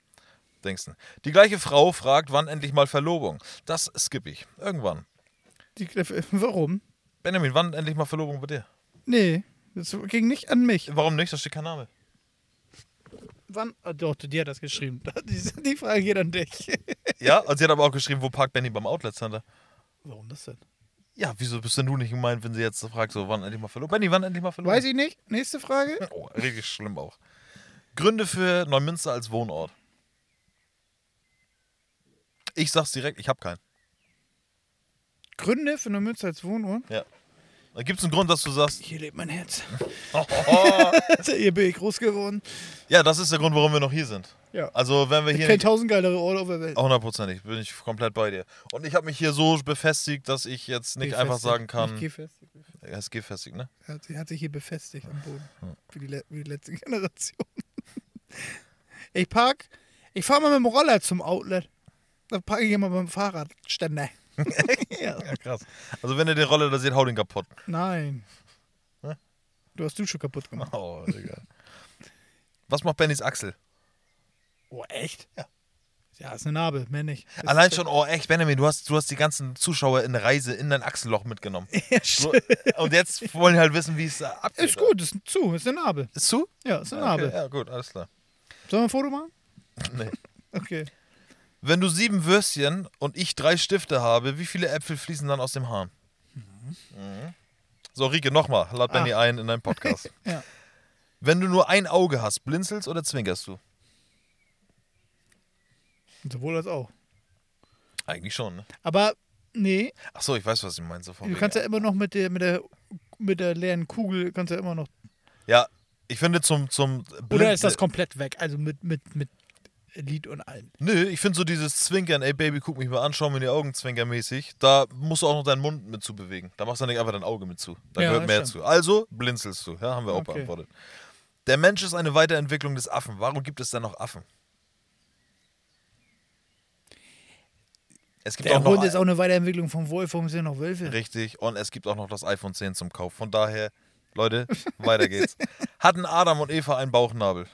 Speaker 3: denken. Die gleiche Frau fragt, wann endlich mal Verlobung. Das skippe ich. Irgendwann.
Speaker 4: Die, äh, warum?
Speaker 3: Benjamin, wann endlich mal Verlobung bei dir?
Speaker 4: Nee, das ging nicht an mich.
Speaker 3: Warum nicht? Da steht kein Name.
Speaker 4: Wann? Ah, doch, die hat das geschrieben. Die, die Frage geht an dich.
Speaker 3: Ja, und sie hat aber auch geschrieben, wo parkt Benny beim Outlet Center.
Speaker 4: Warum das denn?
Speaker 3: Ja, wieso bist denn du nicht gemeint, wenn sie jetzt fragt, so wann endlich mal Verlobung? Benny, wann endlich mal Verlobung?
Speaker 4: Weiß ich nicht. Nächste Frage.
Speaker 3: Oh, richtig schlimm auch. Gründe für Neumünster als Wohnort. Ich sag's direkt, ich hab keinen.
Speaker 4: Gründe für eine Münze als Wohnort?
Speaker 3: Ja. Da gibt's einen Grund, dass du sagst,
Speaker 4: Hier lebt mein Herz.
Speaker 3: Oh,
Speaker 4: Hier bin ich groß geworden.
Speaker 3: ja, das ist der Grund, warum wir noch hier sind.
Speaker 4: Ja.
Speaker 3: Also, wenn wir
Speaker 4: Ich
Speaker 3: hier
Speaker 4: kenne
Speaker 3: nicht
Speaker 4: tausend geilere Orte auf der Welt.
Speaker 3: Hundertprozentig, bin ich komplett bei dir. Und ich habe mich hier so befestigt, dass ich jetzt nicht einfach sagen kann,
Speaker 4: Ich befestigt.
Speaker 3: er ist gefestigt, ne?
Speaker 4: Er hat, sie hat sich hier befestigt am Boden. Wie die, le- wie die letzte Generation. Ich park. Ich fahre mal mit dem Roller zum Outlet. Dann parke ich immer beim Fahrradständer. ja.
Speaker 3: Ja, krass. Also, wenn ihr den Roller da seht, hau den kaputt.
Speaker 4: Nein. Du hast du schon kaputt gemacht.
Speaker 3: Oh, Digga. Was macht Bennys Achsel? Ah.
Speaker 4: Oh, echt? Ja. Ja, ist eine Narbe, mehr nicht. Das
Speaker 3: Allein schon, oh echt, Benjamin, du hast, du hast die ganzen Zuschauer in der Reise in dein Achselloch mitgenommen.
Speaker 4: ist,
Speaker 3: So, und jetzt wollen die halt wissen, wie es da abgeht.
Speaker 4: ist gut, ist zu, ist eine Narbe.
Speaker 3: Ist zu?
Speaker 4: Ja, ist eine
Speaker 3: Okay,
Speaker 4: Narbe.
Speaker 3: ja, gut, alles klar.
Speaker 4: Sollen wir ein Foto machen?
Speaker 3: Nee.
Speaker 4: Okay.
Speaker 3: Wenn du sieben Würstchen und ich drei Stifte habe, wie viele Äpfel fließen dann aus dem Hahn? Mhm. So, Rike, nochmal, lad Benny
Speaker 4: Ah.
Speaker 3: ein in deinen Podcast.
Speaker 4: Ja.
Speaker 3: Wenn du nur ein Auge hast, blinzelst oder zwinkerst du?
Speaker 4: Sowohl als auch.
Speaker 3: Eigentlich schon, ne?
Speaker 4: Aber, nee,
Speaker 3: Achso, ich weiß, was ich meine. So von
Speaker 4: du
Speaker 3: wegen-
Speaker 4: kannst ja immer noch mit der, mit der, mit der leeren Kugel, kannst ja immer noch.
Speaker 3: ja, ich finde zum, zum
Speaker 4: Oder ist das komplett weg? Also mit, mit, mit Lied und allem.
Speaker 3: Nö, ich finde so dieses Zwinkern, ey Baby, guck mich mal an, schau mir in die Augen zwinkermäßig, da musst du auch noch deinen Mund mit zu bewegen. Da machst du nicht einfach dein Auge mit zu. Da
Speaker 4: Ja,
Speaker 3: gehört
Speaker 4: das
Speaker 3: mehr
Speaker 4: stimmt.
Speaker 3: zu. Also blinzelst du, ja, haben wir auch
Speaker 4: Okay.
Speaker 3: beantwortet. Der Mensch ist eine Weiterentwicklung des Affen. Warum gibt es denn noch Affen? Es gibt
Speaker 4: Der
Speaker 3: auch noch
Speaker 4: Hund ist auch eine Weiterentwicklung vom Wolf, warum sind noch Wölfe?
Speaker 3: Richtig. Und es gibt auch noch das iPhone 10 zum Kauf. Von daher, Leute, weiter geht's. Hatten Adam und Eva einen Bauchnabel?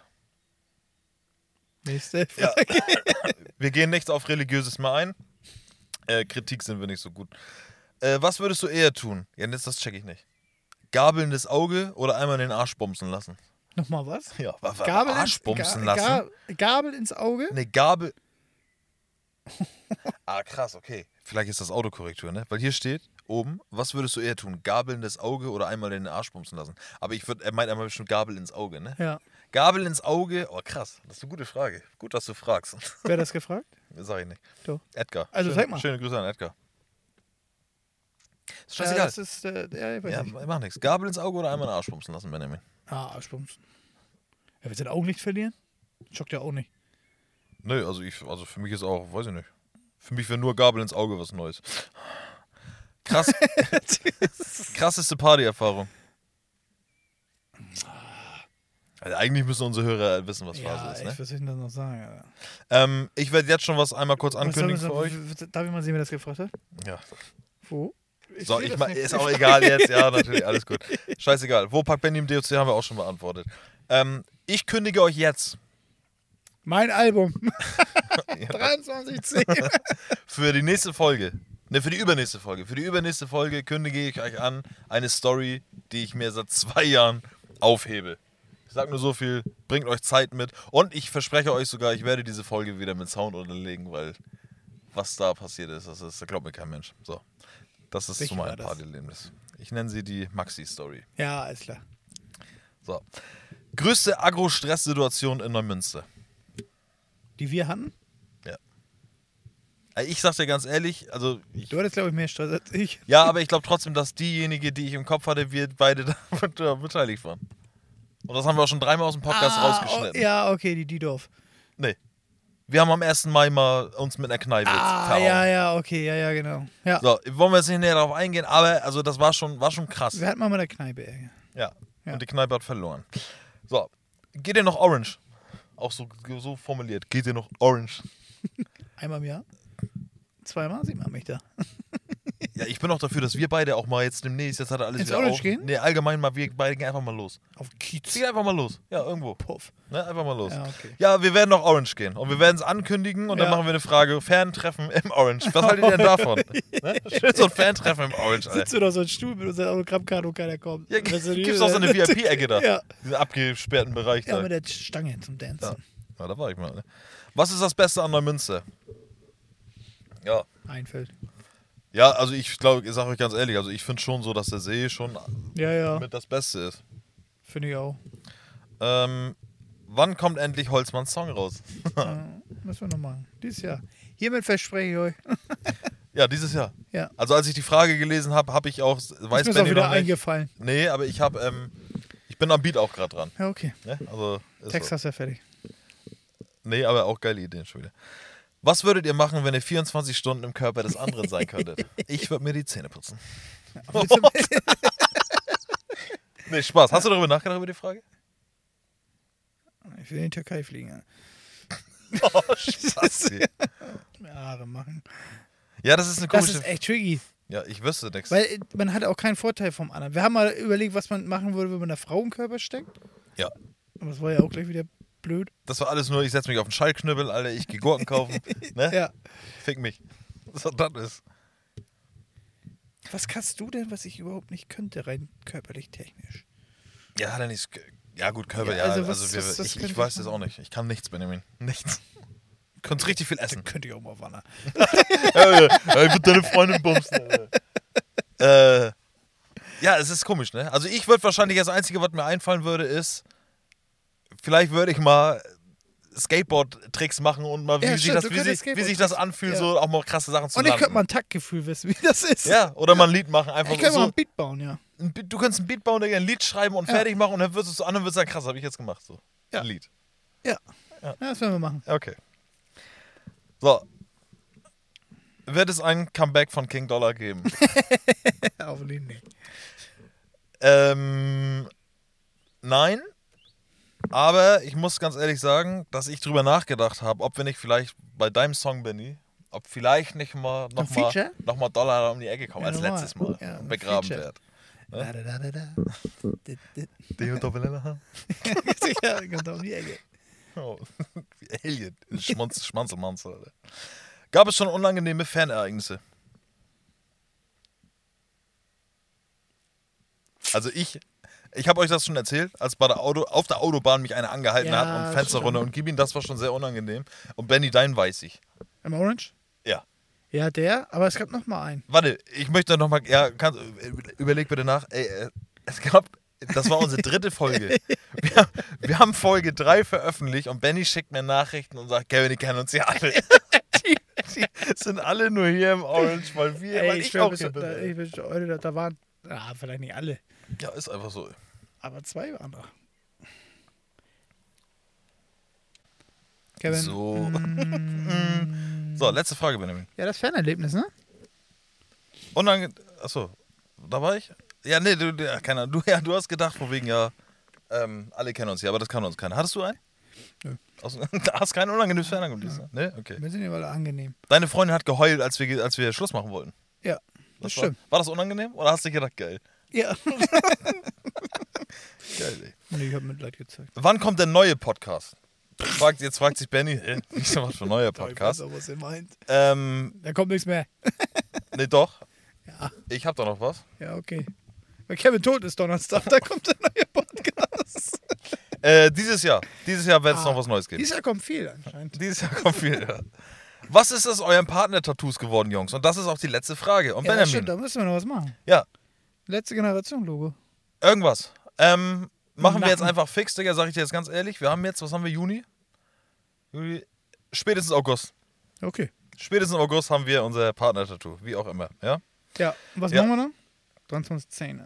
Speaker 4: Nächste.
Speaker 3: Ja. wir gehen nicht auf Religiöses mal ein. Äh, Kritik sind wir nicht so gut. Äh, was würdest du eher tun? Ja, das, das check ich nicht. Gabeln das Auge oder einmal in den Arsch bumsen lassen?
Speaker 4: Nochmal was?
Speaker 3: Ja, was?
Speaker 4: Gabel,
Speaker 3: Arsch
Speaker 4: ins,
Speaker 3: bumsen
Speaker 4: Ga-
Speaker 3: lassen?
Speaker 4: Ga- Gabel ins Auge?
Speaker 3: Eine Gabel. ah, krass, okay. Vielleicht ist das Autokorrektur, ne? Weil hier steht oben, was würdest du eher tun? Gabeln das Auge oder einmal in den Arsch bumsen lassen? Aber ich würde, er meint einmal bestimmt Gabel ins Auge, ne?
Speaker 4: Ja.
Speaker 3: Gabel ins Auge, oh krass, das ist eine gute Frage. Gut, dass du fragst.
Speaker 4: Wer hat das gefragt?
Speaker 3: Sag ich nicht.
Speaker 4: Doch.
Speaker 3: Edgar.
Speaker 4: Also
Speaker 3: schöne,
Speaker 4: sag mal.
Speaker 3: Schöne Grüße an Edgar. Ist
Speaker 4: Ja,
Speaker 3: scheißegal.
Speaker 4: das ist, äh, ja, ich weiß
Speaker 3: Ja,
Speaker 4: nicht.
Speaker 3: mach nichts. Gabel ins Auge oder einmal in den Arsch pumpsen lassen, Benjamin.
Speaker 4: Ah, Arschbumsen. Er will sein Augenlicht verlieren? Schockt ja auch nicht.
Speaker 3: Nö, also ich, also für mich ist auch, weiß ich nicht. Für mich wäre nur Gabel ins Auge was Neues. Krass. krasseste Partyerfahrung. Also eigentlich müssen unsere Hörer wissen, was Phase ist,
Speaker 4: ich,
Speaker 3: ne?
Speaker 4: was soll ich denn da noch sagen? Alter?
Speaker 3: Ähm, ich werde jetzt schon was einmal kurz ankündigen
Speaker 4: Was
Speaker 3: für
Speaker 4: soll-
Speaker 3: euch.
Speaker 4: was- Darf ich mal sehen, wer das gefragt hat?
Speaker 3: Ja.
Speaker 4: Wo?
Speaker 3: So,
Speaker 4: seh
Speaker 3: ich
Speaker 4: das
Speaker 3: ma
Speaker 4: nicht.
Speaker 3: ist auch egal jetzt, ja, natürlich, alles gut. Scheißegal. Wo packt Benny im DOC, haben wir auch schon beantwortet. Ähm, ich kündige euch jetzt
Speaker 4: Mein Album. 2310.
Speaker 3: für die nächste Folge, ne, für die übernächste Folge, für die übernächste Folge kündige ich euch an eine Story, die ich mir seit zwei Jahren aufhebe. Ich sag nur so viel, bringt euch Zeit mit und ich verspreche euch sogar, ich werde diese Folge wieder mit Sound unterlegen, weil was da passiert ist, das ist, glaubt mir kein Mensch. So, das ist
Speaker 4: Welche
Speaker 3: so mein
Speaker 4: war das?
Speaker 3: Partylebnis. Ich nenne sie die Maxi-Story.
Speaker 4: ja, alles klar.
Speaker 3: So. Größte Agro-Stress-Situation in Neumünster.
Speaker 4: die wir hatten.
Speaker 3: Äh, Ich sag's dir ganz ehrlich, also ich,
Speaker 4: Du hattest, glaube ich, mehr Stress als ich.
Speaker 3: ja, aber ich glaube trotzdem, dass diejenige, die ich im Kopf hatte, wir beide daran da äh, beteiligt waren. Und das haben wir auch schon dreimal aus dem Podcast rausgeschnitten.
Speaker 4: oh, ja, okay, die Diedorf.
Speaker 3: Nee. Wir haben am 1. Mai mal uns mit einer Kneipe
Speaker 4: Ah,
Speaker 3: verhauen.
Speaker 4: ja, ja, okay, ja, ja, genau. Ja,
Speaker 3: So, wollen wir jetzt nicht näher darauf eingehen, aber also das war schon, war schon krass.
Speaker 4: wir hatten mal mit der Kneipe Ärger.
Speaker 3: Ja.
Speaker 4: Ja.
Speaker 3: Und die Kneipe hat verloren. So, geht dir noch Orange? Auch so, so formuliert, geht dir noch Orange?
Speaker 4: Einmal im Jahr. Zweimal sieht man mich da.
Speaker 3: Ja, ich bin auch dafür, dass wir beide auch mal jetzt demnächst, jetzt hat er alles
Speaker 4: Ins
Speaker 3: wieder
Speaker 4: Orange
Speaker 3: auf.
Speaker 4: gehen?
Speaker 3: Nee, allgemein mal, wir beide gehen einfach mal los.
Speaker 4: Auf Kiez.
Speaker 3: Zieh einfach mal los. Ja, irgendwo.
Speaker 4: Puff.
Speaker 3: Ne, einfach mal los.
Speaker 4: Ja, okay.
Speaker 3: ja, wir werden noch Orange gehen. Und wir werden es ankündigen und dann
Speaker 4: Ja.
Speaker 3: machen wir eine Frage: Fantreffen im Orange. Was haltet ihr denn davon? ne? Schön so ein Fantreffen im Orange, Alter.
Speaker 4: Sitzt du da so ein Stuhl mit unserer Autogrammkarte und keiner kommt.
Speaker 3: Ja,
Speaker 4: Weißt du, die-
Speaker 3: gibt's auch so eine VIP-Ecke da.
Speaker 4: Ja.
Speaker 3: Diesen abgesperrten Bereich
Speaker 4: Ja,
Speaker 3: da.
Speaker 4: mit der Stange zum Dancen.
Speaker 3: Ja, da war ich mal. Ne? Was ist das Beste an Neumünster? Ja.
Speaker 4: Einfällt.
Speaker 3: Ja, also ich glaube, ich sage euch ganz ehrlich, also ich finde schon so, dass der See schon
Speaker 4: Ja, ja,
Speaker 3: mit das Beste ist.
Speaker 4: finde ich auch.
Speaker 3: Ähm, wann kommt endlich Holzmanns Song raus?
Speaker 4: Müssen wir noch machen. Dieses Jahr. Hiermit verspreche ich euch.
Speaker 3: ja, dieses Jahr.
Speaker 4: Ja.
Speaker 3: Also als ich die Frage gelesen habe, habe ich auch, weiß
Speaker 4: Ist mir das auch
Speaker 3: Benny
Speaker 4: wieder
Speaker 3: noch nicht.
Speaker 4: eingefallen.
Speaker 3: Nee, aber ich habe, ähm, ich bin am Beat auch gerade dran.
Speaker 4: Ja, okay.
Speaker 3: Ne? Also, ist
Speaker 4: Text hast du ja fertig.
Speaker 3: So. Nee, aber auch geile Ideen schon wieder. Was würdet ihr machen, wenn ihr 24 Stunden im Körper des anderen sein könntet? Ich würde mir die Zähne putzen. Nee, Spaß. Hast du darüber nachgedacht, über die Frage?
Speaker 4: Ich will in die Türkei fliegen.
Speaker 3: Oh, Spaß.
Speaker 4: ja. Haare machen.
Speaker 3: Ja, das ist eine
Speaker 4: Das
Speaker 3: komische
Speaker 4: ist echt tricky.
Speaker 3: Ja, ich wüsste nichts.
Speaker 4: Weil äh, man hat auch keinen Vorteil vom anderen. Wir haben mal überlegt, was man machen würde, wenn man eine Frau im Körper steckt.
Speaker 3: Ja.
Speaker 4: Aber das war ja auch gleich wieder blöd.
Speaker 3: Das war alles nur, ich setze mich auf den Schallknüppel, Alter, ich gehe Gurken kaufen. ne?
Speaker 4: Ja.
Speaker 3: Fick mich. So, das ist.
Speaker 4: Was kannst du denn, was ich überhaupt nicht könnte, rein körperlich technisch?
Speaker 3: Ja, dann ist. Ja, gut, Körper,
Speaker 4: Ja,
Speaker 3: ja. Also,
Speaker 4: also was-
Speaker 3: wir,
Speaker 4: was- was
Speaker 3: ich,
Speaker 4: könnte
Speaker 3: ich
Speaker 4: ich
Speaker 3: weiß das auch nicht. Ich kann nichts, Benjamin. Nichts. Du kannst richtig viel essen.
Speaker 4: Könnte ich auch mal wandern.
Speaker 3: Ey, ey, wird deine Freundin bumsen. Alter. äh, ja, es ist komisch, ne? Also, ich würde wahrscheinlich das Einzige, was mir einfallen würde, ist, vielleicht würde ich mal. Skateboard-Tricks machen und mal, wie,
Speaker 4: Ja,
Speaker 3: sich,
Speaker 4: stimmt,
Speaker 3: das,
Speaker 4: du
Speaker 3: wie,
Speaker 4: könntest
Speaker 3: sich, wie sich das anfühlt,
Speaker 4: ja.
Speaker 3: so auch mal krasse Sachen zu
Speaker 4: Und ich
Speaker 3: landen.
Speaker 4: könnte mal ein Taktgefühl wissen, wie das ist.
Speaker 3: Ja, oder mal ein Lied machen, einfach
Speaker 4: Ich könnte mal
Speaker 3: so.
Speaker 4: ein Beat bauen, ja.
Speaker 3: Ein Beat- Du kannst ein Beat bauen, Digga, ein Lied schreiben und fertig machen und dann wirst du es so an und wirst sagen, krass, habe ich jetzt gemacht. So.
Speaker 4: Ja.
Speaker 3: Ein Lied.
Speaker 4: Ja. ja. Das werden wir machen.
Speaker 3: Okay. So. Wird es ein Comeback von King Dollar geben?
Speaker 4: Ja, auf jeden Fall.
Speaker 3: ähm, nein. Aber ich muss ganz ehrlich sagen, dass ich drüber nachgedacht habe, ob wir nicht vielleicht bei deinem Song, Benny, ob vielleicht nicht mal nochmal
Speaker 4: Feature?
Speaker 3: noch mal Dollar um die Ecke kommen,
Speaker 4: Ja,
Speaker 3: als
Speaker 4: normal.
Speaker 3: letztes Mal
Speaker 4: Ja,
Speaker 3: und
Speaker 4: ein
Speaker 3: begraben
Speaker 4: Feature.
Speaker 3: wird.
Speaker 4: Da, da, da, da, da. Da, da.
Speaker 3: Die und Doppel-
Speaker 4: ja, kommt auf die Ecke.
Speaker 3: Oh, wie Alien. Schmunz, Schmanzelmanzel, Alter. Gab es schon unangenehme Fanereignisse? Also ich, ich habe euch das schon erzählt, als bei der Auto, auf der Autobahn mich einer angehalten
Speaker 4: Ja,
Speaker 3: hat und Fenster
Speaker 4: stimmt.
Speaker 3: runter und gib ihm, das war schon sehr unangenehm. Und Benny, dein weiß ich.
Speaker 4: Im Orange?
Speaker 3: Ja.
Speaker 4: Ja, der, aber es gab noch mal einen.
Speaker 3: Warte, ich möchte noch mal, ja, kannst, überleg bitte nach. Ey, äh, es gab, das war unsere dritte Folge. Wir, haben- wir haben Folge 3 veröffentlicht und Benny schickt mir Nachrichten und sagt, Kevin, die kennen uns ja alle. die, die sind alle nur hier im Orange, weil wir, weil ich,
Speaker 4: schwör, äh,
Speaker 3: auch
Speaker 4: bis-
Speaker 3: hier bin.
Speaker 4: da, ich bin, Leute, da, da waren, ah, vielleicht nicht alle,
Speaker 3: ja, ist einfach so.
Speaker 4: aber zwei waren da. Kevin.
Speaker 3: So. so, letzte Frage, Benjamin.
Speaker 4: Ja, das Fernerlebnis, ne?
Speaker 3: Unange Achso, da war ich? Ja, nee, du, du- ja, keine Ahnung. Du, ja, du hast gedacht, von wegen, ja, ähm, alle kennen uns ja, aber das kann uns keiner. Hattest du einen?
Speaker 4: Nö.
Speaker 3: Aus, da hast kein unangenehmes Fernangebotes, ne? Nee? Okay.
Speaker 4: Wir sind ja alle angenehm.
Speaker 3: Deine Freundin hat geheult, als wir, als wir Schluss machen wollten.
Speaker 4: Ja, das
Speaker 3: Das war,
Speaker 4: stimmt.
Speaker 3: war das unangenehm oder hast du dich gedacht, geil?
Speaker 4: Ja.
Speaker 3: Geil, ey.
Speaker 4: nee, ich hab Mitleid gezeigt.
Speaker 3: Wann kommt der neue Podcast? Fragt, jetzt fragt sich Benny, hä, wie ist denn was für ein neuer Podcast?
Speaker 4: auch, was ihr meint.
Speaker 3: Ähm,
Speaker 4: Da kommt nichts mehr.
Speaker 3: nee, doch. Ich hab da noch was.
Speaker 4: Ja, okay. Weil Kevin tot ist Donnerstag, da kommt der neue Podcast.
Speaker 3: Äh, dieses Jahr. Dieses Jahr wird es noch was Neues geben.
Speaker 4: Dieser kommt viel anscheinend.
Speaker 3: Dieses Jahr kommt viel. Ja. Was ist aus euren Partner-Tattoos geworden, Jungs? Und das ist auch die letzte Frage. Und
Speaker 4: Ja, das stimmt,
Speaker 3: Benjamin.
Speaker 4: da müssen wir noch was machen.
Speaker 3: Ja,
Speaker 4: Letzte Generation Logo.
Speaker 3: irgendwas. Ähm, machen wir jetzt
Speaker 4: Nacken.
Speaker 3: einfach fix, Digga, sag ich dir jetzt ganz ehrlich. Wir haben jetzt, was haben wir, Juni? Juli, spätestens August.
Speaker 4: Okay.
Speaker 3: Spätestens im August haben wir unser Partner-Tattoo, wie auch immer. Ja,
Speaker 4: Ja, und was
Speaker 3: Ja.
Speaker 4: machen wir dann? 2310.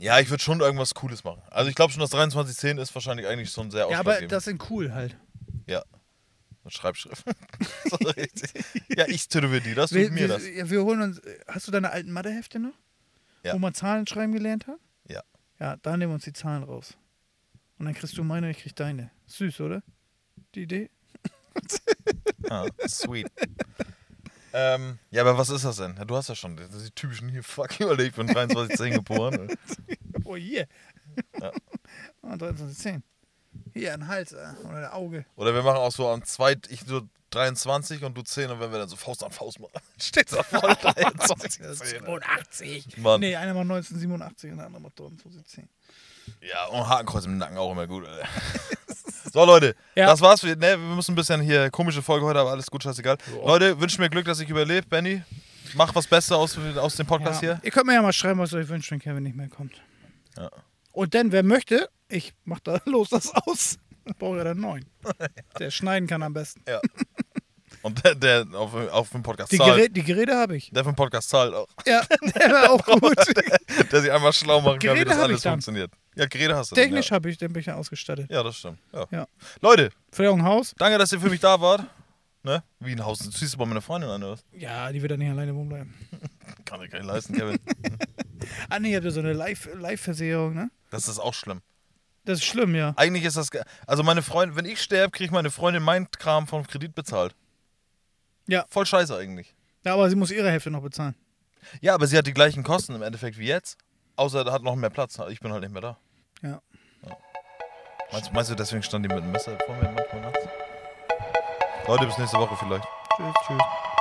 Speaker 3: ja ich würde schon irgendwas Cooles machen. Also ich glaube schon, dass 2310 ist wahrscheinlich eigentlich schon sehr
Speaker 4: Ja, aber
Speaker 3: ausschlaggebend.
Speaker 4: das sind cool halt.
Speaker 3: Ja. Eine Schreibschrift. So richtig. ja, ich tätowiere die, das tut
Speaker 4: Wir,
Speaker 3: mir
Speaker 4: wir,
Speaker 3: das.
Speaker 4: ja, wir holen uns. äh, Hast du deine alten Mathehefte noch?
Speaker 3: Ja.
Speaker 4: Wo man Zahlen schreiben gelernt hat?
Speaker 3: Ja.
Speaker 4: Ja, da nehmen wir uns die Zahlen raus. Und dann kriegst du meine, ich krieg deine. Süß, oder? Die Idee?
Speaker 3: Ah, sweet. ähm, ja, aber was ist das denn? Ja, Du hast ja schon das ist die typischen hier, fuck you, Alter, ich bin 2310 geboren.
Speaker 4: Oh je. Yeah. 2310. Hier, ein Hals äh, oder ein Auge.
Speaker 3: Oder wir machen auch so am 2. ich so 23 und du 10 und wenn wir dann so Faust an Faust machen, steht da vorne 23. 10.
Speaker 4: 87.
Speaker 3: Mann.
Speaker 4: Nee, einer mal 1987 und der andere mal 2010.
Speaker 3: Ja, und Hakenkreuz im Nacken auch immer gut, Alter. So, Leute,
Speaker 4: Ja.
Speaker 3: das war's. Wir, ne, wir müssen ein bisschen hier komische Folge heute, aber alles gut, scheißegal. Leute, wünscht mir Glück, dass ich überlebe, Benny. Mach was Bestes aus, aus dem
Speaker 4: Ja.
Speaker 3: Podcast hier.
Speaker 4: Ihr könnt mir ja mal schreiben, was ihr euch wünscht, wenn Kevin nicht mehr kommt.
Speaker 3: Ja.
Speaker 4: Und dann, wer möchte, ich mach da los das aus. Braucht ja dann neuen. Der schneiden kann am besten.
Speaker 3: Und der, der auf, auf dem Podcast
Speaker 4: Die,
Speaker 3: zahlt.
Speaker 4: Gerä die Geräte habe ich.
Speaker 3: Der vom Podcast zahlt auch.
Speaker 4: Ja, der war auch gut.
Speaker 3: Der sich einmal schlau machen kann, wie
Speaker 4: Geräte
Speaker 3: das
Speaker 4: hab
Speaker 3: alles
Speaker 4: ich dann.
Speaker 3: funktioniert. Ja, Geräte hast du. dann,
Speaker 4: Technisch habe ich, den bin ich ja ausgestattet.
Speaker 3: Ja, ja das stimmt. Ja.
Speaker 4: Ja.
Speaker 3: Leute,
Speaker 4: Vielleicht auch ein Haus?
Speaker 3: danke, dass ihr für mich da wart. Ne? Wie ein Haus. Du ziehst du bei meiner Freundin an, oder was?
Speaker 4: Ja, die wird dann nicht alleine wohnbleiben.
Speaker 3: Kann ich gar nicht leisten, Kevin.
Speaker 4: Ah, nee, ihr habt ja so eine Live- Live-Versicherung, ne?
Speaker 3: Das ist auch schlimm.
Speaker 4: Das ist schlimm, ja.
Speaker 3: Eigentlich ist das. ge- Also, meine Freundin, wenn ich sterbe, kriegt meine Freundin meinen Kram vom Kredit bezahlt.
Speaker 4: Ja.
Speaker 3: Voll scheiße eigentlich.
Speaker 4: Ja, aber sie muss ihre Hälfte noch bezahlen.
Speaker 3: Ja, aber sie hat die gleichen Kosten im Endeffekt wie jetzt. Außer hat noch mehr Platz. Ich bin halt nicht mehr da.
Speaker 4: Ja.
Speaker 3: Meinst, meinst du, deswegen stand die mit dem Messer vor mir manchmal nachts? Leute, bis nächste Woche vielleicht.
Speaker 4: Tschüss, tschüss.